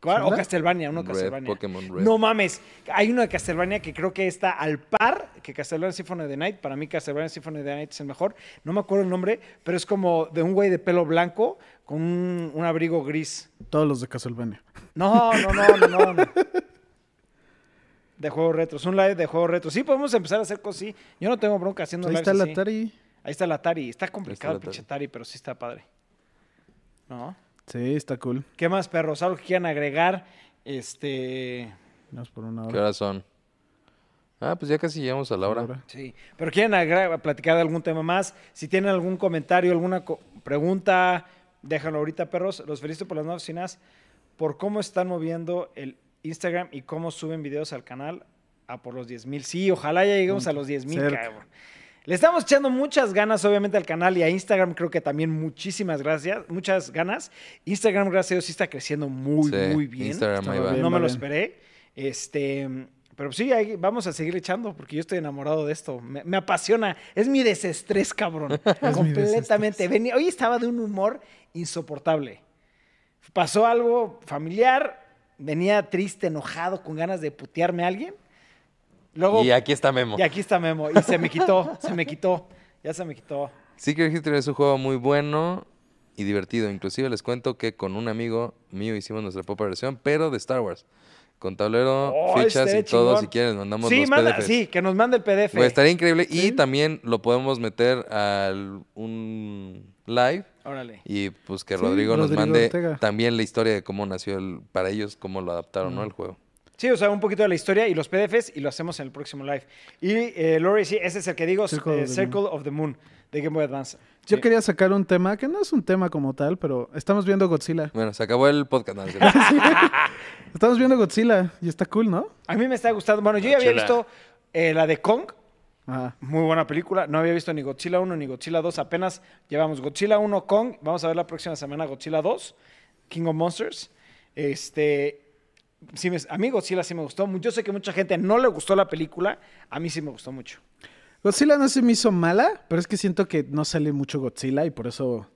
Speaker 2: ¿Cuál? O Castlevania, uno de
Speaker 3: Red,
Speaker 2: Castlevania.
Speaker 3: Pokémon Red.
Speaker 2: No mames, hay uno de Castlevania que creo que está al par que Castlevania Symphony of the Night. Para mí Castlevania Symphony of the Night es el mejor. No me acuerdo el nombre, pero es como de un güey de pelo blanco con un, un abrigo gris.
Speaker 1: Todos los de Castlevania.
Speaker 2: No, no, no, no, no. no. De juegos retros, un live de juegos retros. Sí, podemos empezar a hacer cosas así. Yo no tengo bronca haciendo
Speaker 1: Ahí
Speaker 2: lives
Speaker 1: está el
Speaker 2: así.
Speaker 1: Atari.
Speaker 2: Ahí está el Atari. Está complicado
Speaker 3: el
Speaker 2: el pinche Atari, pero sí está padre. ¿No?
Speaker 1: Sí, está cool.
Speaker 2: ¿Qué más, perros? ¿Algo que quieran agregar? Este.
Speaker 1: Vamos por una
Speaker 3: ¿Qué
Speaker 1: hora.
Speaker 3: horas son? Ah, pues ya casi llegamos a la hora.
Speaker 2: Sí. ¿Pero quieren agra- platicar de algún tema más? Si tienen algún comentario, alguna co- pregunta, déjalo ahorita, perros. Los felicito por las nuevas oficinas, por cómo están moviendo el Instagram y cómo suben videos al canal a por los 10 mil. Sí, ojalá ya lleguemos a los 10 mil,
Speaker 1: Cerca.
Speaker 2: cabrón. Le estamos echando muchas ganas, obviamente, al canal y a Instagram. Creo que también muchísimas gracias, muchas ganas. Instagram, gracias a Dios, sí está creciendo muy,
Speaker 3: Sí,
Speaker 2: muy bien.
Speaker 3: Instagram ahí
Speaker 1: Estaba
Speaker 3: va.
Speaker 1: bien.
Speaker 2: No me lo
Speaker 1: bien.
Speaker 2: esperé. Este, pero sí, ahí vamos a seguir echando porque yo estoy enamorado de esto. Me, me apasiona. Es mi desestrés, cabrón. Completamente. Venía- hoy estaba de un humor insoportable. Pasó algo familiar. Venía triste, enojado, con ganas de putearme a alguien. Luego,
Speaker 3: Y aquí está Memo.
Speaker 2: y aquí está Memo. Y se me quitó, se me quitó. Ya se me quitó.
Speaker 3: Secret Hitler es un juego muy bueno y divertido. Inclusive les cuento que con un amigo mío hicimos nuestra propia versión, pero de Star Wars. Con tablero,
Speaker 2: Oh,
Speaker 3: fichas
Speaker 2: estaría
Speaker 3: y todo.
Speaker 2: chingón.
Speaker 3: Si quieren, mandamos
Speaker 2: Sí,
Speaker 3: los
Speaker 2: manda,
Speaker 3: PDFs.
Speaker 2: sí, que nos mande el PDF.
Speaker 3: Güey, estaría increíble. Y también lo podemos meter al un live
Speaker 2: Órale.
Speaker 3: y pues que
Speaker 1: Sí,
Speaker 3: Rodrigo nos
Speaker 1: Rodrigo
Speaker 3: mande
Speaker 1: Ortega.
Speaker 3: también la historia de cómo nació el, para ellos, cómo lo adaptaron,
Speaker 2: Mm.
Speaker 3: ¿no? Al juego.
Speaker 2: Sí, o sea, un poquito de la historia y los PDFs y lo hacemos en el próximo live. Y eh, Lori, sí, ese es el que digo, eh,
Speaker 1: Circle
Speaker 2: Circle,
Speaker 1: of the
Speaker 2: of the Moon, de Game Boy Advance.
Speaker 1: Yo
Speaker 2: Sí.
Speaker 1: quería sacar un tema que no es un tema como tal, pero estamos viendo Godzilla.
Speaker 3: Bueno, se acabó el podcast. no, es cierto.
Speaker 1: Estamos viendo Godzilla y está cool, ¿no?
Speaker 2: A mí me está gustando. Bueno, yo ya había
Speaker 3: Chula.
Speaker 2: visto eh, la de Kong,
Speaker 1: Ajá.
Speaker 2: muy buena película. No había visto ni Godzilla 1 ni Godzilla 2. Apenas llevamos Godzilla 1, Kong. Vamos a ver la próxima semana Godzilla 2, King of Monsters. Este. Sí me, a mí Godzilla sí me gustó. Yo sé que mucha gente no le gustó la película. A mí sí me gustó mucho.
Speaker 1: Godzilla no se me hizo mala, pero es que siento que no sale mucho Godzilla y por eso.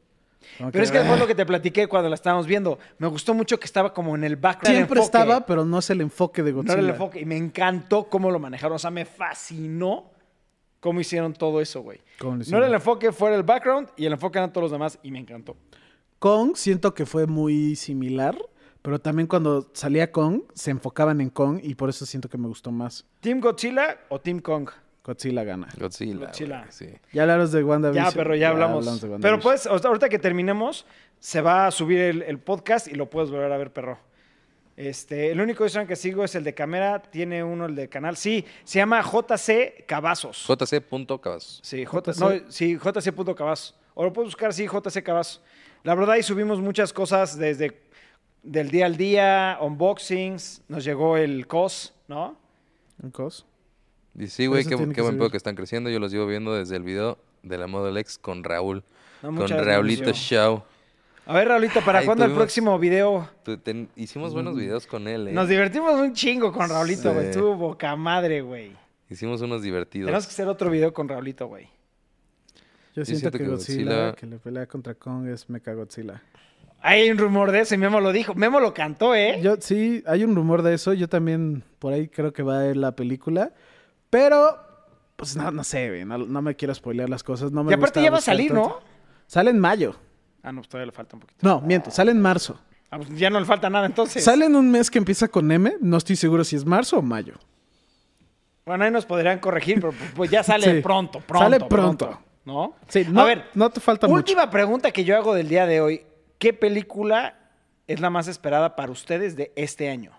Speaker 1: como
Speaker 2: Pero es que fue lo que te platiqué cuando la estábamos viendo. Me gustó mucho que estaba como en el background.
Speaker 1: siempre
Speaker 2: enfoque.
Speaker 1: estaba, pero no es el enfoque de
Speaker 2: No
Speaker 1: Godzilla.
Speaker 2: era el enfoque. Y me encantó cómo lo manejaron. O sea, me fascinó cómo hicieron todo eso, güey.
Speaker 1: ¿Cómo lo
Speaker 2: No era
Speaker 1: hicieron?
Speaker 2: el enfoque, fuera el background y el enfoque eran todos los demás y me encantó.
Speaker 1: Kong siento que fue muy similar, pero también cuando salía Kong se enfocaban en Kong y por eso siento que me gustó más.
Speaker 2: ¿Team Godzilla o Team Kong?
Speaker 1: Godzilla gana.
Speaker 3: Godzilla.
Speaker 2: Godzilla.
Speaker 3: güey, sí.
Speaker 1: Ya hablaros de
Speaker 2: Ya,
Speaker 1: WandaVision.
Speaker 2: pero ya hablamos.
Speaker 1: de
Speaker 2: pero
Speaker 1: WandaVision.
Speaker 2: pues, ahor- ahorita que terminemos, se va a subir el, el podcast y lo puedes volver a ver, perro. Este, el único Instagram que sigo es el de Camera, tiene uno el de canal. Sí, se llama JC Cavazos.
Speaker 3: JC. punto Cavazos.
Speaker 2: Sí, J
Speaker 1: JC.
Speaker 2: no, sí, JC. punto Cavazos. O lo puedes buscar, sí, JC Cavazos. La verdad, ahí subimos muchas cosas desde del día al día, unboxings, nos llegó el COS, ¿no?
Speaker 1: Un cos.
Speaker 3: Y sí, güey,
Speaker 1: Eso
Speaker 3: qué,
Speaker 1: tiene
Speaker 3: qué
Speaker 1: que
Speaker 3: buen
Speaker 1: subir.
Speaker 3: pedo que están creciendo. Yo los llevo viendo desde el video de la Model X con Raúl.
Speaker 2: No,
Speaker 3: con
Speaker 2: muchas
Speaker 3: Raulito
Speaker 2: gracias.
Speaker 3: Show.
Speaker 2: A ver, Raulito, ¿para
Speaker 3: Ay,
Speaker 2: cuándo el
Speaker 3: tuvimos-
Speaker 2: próximo video?
Speaker 3: Tu- ten- hicimos buenos videos con él, eh.
Speaker 2: Mm. Nos divertimos un chingo con Raulito,
Speaker 3: Sí.
Speaker 2: güey. Estuvo boca madre, güey.
Speaker 3: Hicimos unos
Speaker 2: Tenemos
Speaker 3: divertidos.
Speaker 2: que hacer otro video con Raulito, güey.
Speaker 1: Yo siento, que, Godzilla,
Speaker 3: Godzilla-
Speaker 1: que la pelea contra Kong es Mecha Godzilla.
Speaker 2: Hay un rumor de eso y Memo lo dijo. Memo lo cantó, ¿eh?
Speaker 1: Yo, sí, hay un rumor de eso. Yo también por ahí creo que va a ir la película. Pero, pues no, no sé, güey, no, no me quiero spoilear las cosas. No me
Speaker 2: y aparte
Speaker 1: gusta
Speaker 2: ya va a
Speaker 1: buscar
Speaker 2: salir,
Speaker 1: tanto.
Speaker 2: ¿no?
Speaker 1: Sale en mayo.
Speaker 2: Ah, no, pues todavía le falta un poquito.
Speaker 1: No, miento, sale en marzo.
Speaker 2: Ah, pues ya no le falta nada entonces.
Speaker 1: Sale en un mes que empieza con M. No estoy seguro si es marzo o mayo.
Speaker 2: Bueno, ahí nos podrían corregir, pero pues, pues ya sale
Speaker 1: Sí.
Speaker 2: pronto, pronto.
Speaker 1: Sale pronto.
Speaker 2: ¿No?
Speaker 1: Sí, no,
Speaker 2: A ver,
Speaker 1: no te falta
Speaker 2: última pregunta que yo hago del día de hoy. ¿Qué película es la más esperada para ustedes de este año?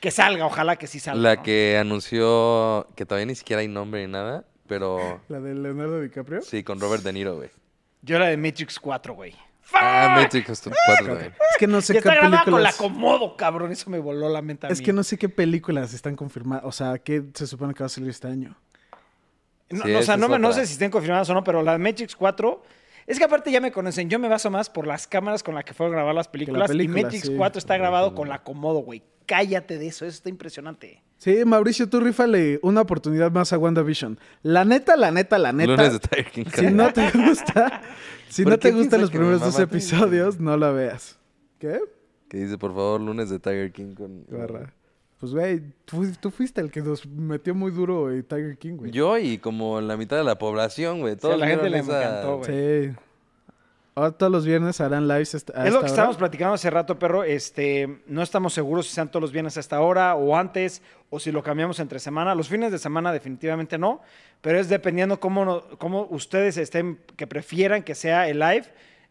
Speaker 2: Que salga, ojalá que sí salga.
Speaker 3: La
Speaker 2: ¿no?
Speaker 3: que anunció que todavía ni siquiera hay nombre ni nada, pero
Speaker 1: mucho. ¿La de Leonardo DiCaprio?
Speaker 3: sí, con Robert De Niro, güey.
Speaker 2: Yo la de Matrix 4, güey.
Speaker 3: Ah,
Speaker 2: ¡Fuck!
Speaker 3: Matrix Cost- 4 también.
Speaker 1: Es que no
Speaker 2: Y
Speaker 1: sé qué
Speaker 2: está grabada con la
Speaker 1: películas.
Speaker 2: Comodo, cabrón. Eso me voló la mente a
Speaker 1: Es
Speaker 2: mí.
Speaker 1: que no sé qué películas están confirmadas. O sea, ¿qué se supone que va a salir este año?
Speaker 2: No,
Speaker 3: Sí,
Speaker 2: no, o
Speaker 3: esa
Speaker 2: sea,
Speaker 3: es
Speaker 2: no, me- no
Speaker 3: otra.
Speaker 2: sé si estén confirmadas o no, pero la de Matrix 4... Es que aparte ya me conocen, yo me baso más por las cámaras con las que fueron grabar las películas. y
Speaker 1: película,
Speaker 2: Matrix
Speaker 1: sí.
Speaker 2: 4 está grabado con la Comodo, güey. Cállate de eso, eso está impresionante.
Speaker 1: Sí, Mauricio, tú rifale una oportunidad más a WandaVision. La neta, la neta, la neta.
Speaker 3: Lunes de Tiger King.
Speaker 1: Si no te gusta, si
Speaker 3: ¿Por
Speaker 1: no
Speaker 3: qué
Speaker 1: te gustan
Speaker 3: piensa
Speaker 1: los
Speaker 3: que
Speaker 1: primeros
Speaker 3: me
Speaker 1: dos
Speaker 3: mamaste?
Speaker 1: episodios, no la veas. ¿Qué?
Speaker 3: Que dice, por favor, lunes de Tiger King con...
Speaker 1: Barra. Pues, güey, tú, tú fuiste el que nos metió muy duro eh, Tiger King, güey.
Speaker 3: Yo y como la mitad de la población, güey. Todos
Speaker 2: la gente
Speaker 3: vieron
Speaker 2: le
Speaker 3: esa-
Speaker 2: encantó, güey.
Speaker 1: Sí. Ahora todos los viernes harán lives. est-
Speaker 2: es
Speaker 1: a
Speaker 2: lo
Speaker 1: esta
Speaker 2: que
Speaker 1: hora.
Speaker 2: estábamos platicando hace rato, perro. Este, no estamos seguros si sean todos los viernes a esta hora o antes, o si lo cambiamos entre semana. Los fines de semana definitivamente no, pero es dependiendo cómo, no- cómo ustedes estén, que prefieran que sea el live,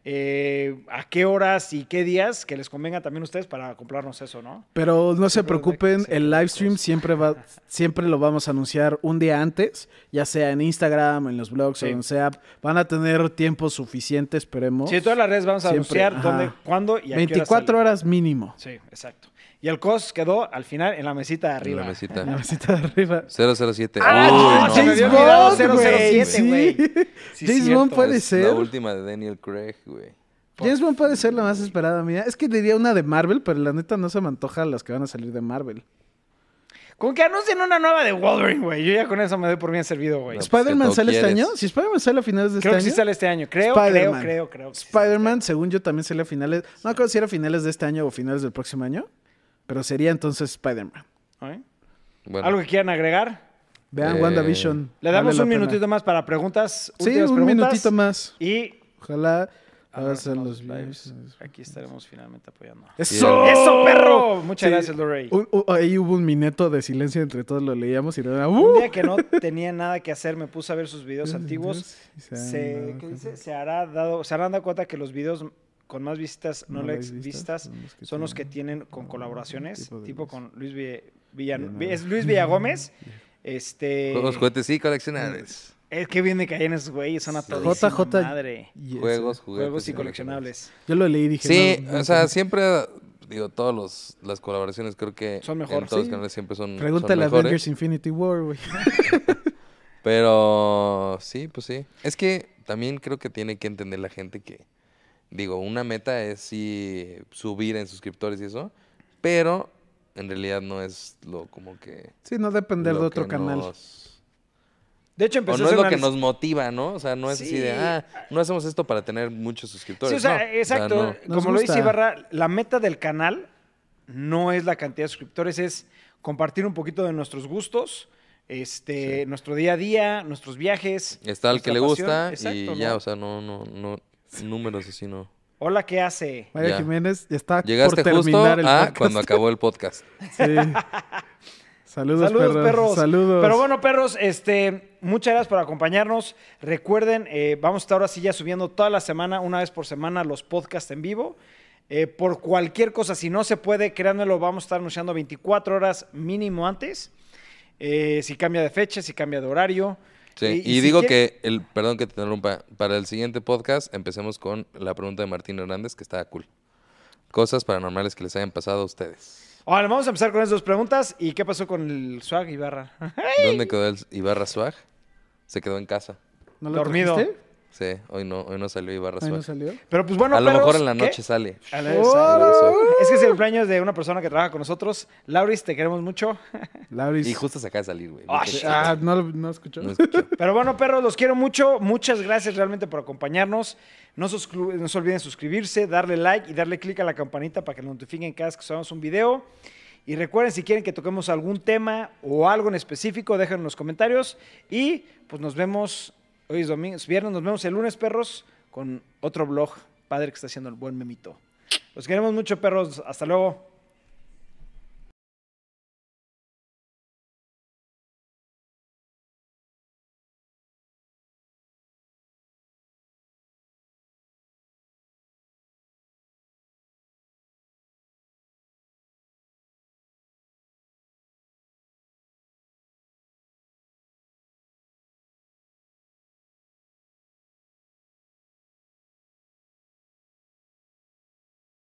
Speaker 2: eh, a qué horas y qué días que les convenga también a ustedes para comprarnos eso, ¿no?
Speaker 1: Pero no se
Speaker 2: Siempre hay que
Speaker 1: preocupen,
Speaker 2: hacer
Speaker 1: el live
Speaker 2: cosas.
Speaker 1: stream siempre va, siempre lo vamos a anunciar un día antes, ya sea en Instagram, en los blogs
Speaker 2: Sí.
Speaker 1: o donde sea. Van a tener tiempo suficiente, esperemos.
Speaker 2: Sí, en todas las redes vamos a
Speaker 1: Siempre,
Speaker 2: anunciar
Speaker 1: ajá.
Speaker 2: dónde, cuándo y a
Speaker 1: 24
Speaker 2: qué hora
Speaker 1: horas mínimo.
Speaker 2: Sí, exacto. Y el cost quedó al final en la mesita de
Speaker 3: En
Speaker 2: arriba.
Speaker 3: la
Speaker 1: En la
Speaker 3: mesita.
Speaker 1: mesita de arriba.
Speaker 3: 007.
Speaker 2: Ah,
Speaker 3: Uy,
Speaker 2: no, se me había
Speaker 1: James
Speaker 2: olvidado,
Speaker 1: Bond,
Speaker 2: 007, güey. Sí,
Speaker 1: Sí. James
Speaker 2: cierto.
Speaker 1: Bond puede
Speaker 3: Es
Speaker 1: ser.
Speaker 3: La última de Daniel Craig, güey.
Speaker 1: James Bond puede ser la más esperada mía. Es que diría una de Marvel, pero la neta no se me antoja las que van a salir de Marvel.
Speaker 3: Ah,
Speaker 2: Con que anuncien una nueva de Wolverine, güey. Yo ya con eso me doy por bien servido, güey.
Speaker 3: No, pues,
Speaker 1: ¿Spider-Man
Speaker 3: ¿qué
Speaker 1: sale este
Speaker 3: quieres?
Speaker 1: año? Si Spider-Man sale a finales de
Speaker 2: creo que
Speaker 1: este
Speaker 2: sí
Speaker 1: año.
Speaker 2: sale este año. Creo, creo,
Speaker 1: Spider-Man.
Speaker 2: creo, creo. que sí sale este
Speaker 1: Spider-Man, según yo, también sale a finales. No creo si era a finales de este año o finales del próximo año. Pero sería entonces Spider-Man.
Speaker 2: este año. ¿Eh?
Speaker 3: Bueno,
Speaker 2: ¿Algo que quieran agregar?
Speaker 1: Vean
Speaker 3: Eh,
Speaker 1: WandaVision.
Speaker 2: Le damos
Speaker 1: vale la
Speaker 2: un
Speaker 1: pena.
Speaker 2: minutito más para preguntas.
Speaker 1: Sí,
Speaker 2: últimas
Speaker 1: un
Speaker 2: preguntas. Ah,
Speaker 1: minutito más.
Speaker 2: Y
Speaker 1: Ojalá
Speaker 2: ahora
Speaker 1: ahora sean
Speaker 2: son
Speaker 1: los
Speaker 2: lives.
Speaker 1: lives.
Speaker 2: Aquí estaremos finalmente apoyando.
Speaker 1: ¡Eso!
Speaker 2: ¡Eso, perro! Muchas
Speaker 1: Sí.
Speaker 2: gracias, Lorey.
Speaker 1: Un- un- ahí hubo un minuto de silencio entre todos, lo leíamos y no era.
Speaker 2: Un
Speaker 1: ¡uh!
Speaker 2: día que no tenía nada que hacer, me puse a ver sus videos antiguos.
Speaker 1: Y se han
Speaker 2: Se,
Speaker 1: dado
Speaker 2: ¿qué
Speaker 1: cuenta.
Speaker 2: dice? se hará dado, se harán dado cuenta que los videos con más visitas, no,
Speaker 1: No
Speaker 2: likes,
Speaker 1: likes,
Speaker 2: vistas, son los que tienen con
Speaker 1: con
Speaker 2: colaboraciones,
Speaker 1: tipo de
Speaker 2: tipo
Speaker 1: Luis.
Speaker 2: con Luis Villa- Villan-
Speaker 1: Villanueva.
Speaker 2: es Luis Villagómez. Este.
Speaker 3: Juegos, juguetes y coleccionables.
Speaker 2: Es que bien me caían esos güeyes, son a
Speaker 3: Sí.
Speaker 2: todos.
Speaker 1: JJ.
Speaker 2: Madre.
Speaker 1: Y
Speaker 3: Juegos,
Speaker 1: eso.
Speaker 3: juguetes
Speaker 2: Juegos y coleccionables.
Speaker 1: Yo lo leí y dije.
Speaker 3: Sí,
Speaker 1: no, no,
Speaker 3: o sea,
Speaker 1: no.
Speaker 3: siempre, digo, todos los, las colaboraciones creo que
Speaker 2: Son mejor.
Speaker 3: en todos los
Speaker 2: Sí.
Speaker 3: canales siempre son, son
Speaker 1: Pregúntale a
Speaker 3: mejores.
Speaker 1: Avengers Infinity War, güey.
Speaker 3: Pero sí, pues sí. Es que también creo que tiene que entender la gente que, digo, una meta es sí subir en suscriptores y eso, pero en realidad no es lo como que...
Speaker 1: Sí, no depender
Speaker 3: lo
Speaker 1: de otro
Speaker 3: que
Speaker 1: canal.
Speaker 3: nos-
Speaker 2: De hecho,
Speaker 3: O
Speaker 2: empezó
Speaker 3: no
Speaker 2: a
Speaker 3: es
Speaker 2: hacer
Speaker 3: lo
Speaker 2: una
Speaker 3: que
Speaker 2: lista-
Speaker 3: nos motiva, ¿no? O sea, no es así de,
Speaker 2: Sí.
Speaker 3: ah, no hacemos esto para tener muchos suscriptores.
Speaker 2: Sí, o sea,
Speaker 3: no,
Speaker 2: exacto.
Speaker 3: no.
Speaker 1: no.
Speaker 2: Como
Speaker 1: Nos
Speaker 2: lo dice
Speaker 1: gusta.
Speaker 2: Ibarra, la meta del canal no es la cantidad de suscriptores, es compartir un poquito de nuestros gustos, este, nuestro día a día, nuestros viajes.
Speaker 3: Está al que
Speaker 2: nuestra
Speaker 3: le
Speaker 2: pasión.
Speaker 3: gusta y
Speaker 2: Exacto,
Speaker 3: ya,
Speaker 2: ¿no?
Speaker 3: o sea, no, no, no, números así no.
Speaker 2: Hola, ¿qué hace?
Speaker 1: María
Speaker 3: Ya.
Speaker 1: Jiménez ya está
Speaker 3: Llegaste
Speaker 1: por
Speaker 3: justo
Speaker 1: terminar el
Speaker 3: a
Speaker 1: podcast.
Speaker 3: cuando acabó el podcast.
Speaker 1: Sí. Saludos,
Speaker 2: Saludos,
Speaker 1: perros.
Speaker 2: perros.
Speaker 1: Saludos.
Speaker 2: Pero bueno, perros, este, muchas gracias por acompañarnos. Recuerden, eh, vamos a estar ahora sí ya subiendo toda la semana, una vez por semana, los podcasts en vivo. Eh, por cualquier cosa, si no se puede, créanmelo, vamos a estar anunciando 24 horas mínimo antes. Eh, si cambia de fecha, si cambia de horario.
Speaker 3: Sí,
Speaker 2: Eh,
Speaker 3: y,
Speaker 2: si
Speaker 3: digo
Speaker 2: quiere-
Speaker 3: que, el, perdón que te interrumpa, para el siguiente podcast empecemos con la pregunta de Martín Hernández, que está cool. Cosas paranormales que les hayan pasado a ustedes.
Speaker 2: Ahora, vamos a empezar con esas dos preguntas. ¿Y qué pasó con el swag y barra?
Speaker 3: ¿Dónde quedó el Ibarra Swag? Se quedó en casa.
Speaker 1: ¿No
Speaker 2: dormido.
Speaker 1: trajiste?
Speaker 3: Sí, hoy no, hoy no salió Ibarra
Speaker 1: Ahí
Speaker 3: Swag.
Speaker 1: no salió.
Speaker 2: Pero pues bueno,
Speaker 3: a lo mejor
Speaker 2: perros,
Speaker 3: en la
Speaker 2: ¿qué?
Speaker 3: noche sale.
Speaker 2: A la-
Speaker 3: Ibarra Swag.
Speaker 2: Es que es el cumpleaños de una persona que trabaja con nosotros. Lauris, te queremos mucho.
Speaker 1: Lauris.
Speaker 3: Y justo se acaba de salir, güey.
Speaker 2: Ah,
Speaker 3: Porque-
Speaker 2: shit.
Speaker 1: Ah, no, no escuchó.
Speaker 3: no escuchó.
Speaker 2: Pero bueno, perros, los quiero mucho. Muchas gracias realmente por acompañarnos. No, se suscri- no se olviden suscribirse, darle like y darle click a la campanita para que nos notifiquen cada vez que subamos un video. Y recuerden, si quieren que toquemos algún tema o algo en específico, déjenlo en los comentarios. Y pues nos vemos, hoy es domingo, es viernes, nos vemos el lunes, perros, con otro blog, padre que está haciendo el buen memito. Los queremos mucho, perros. Hasta luego.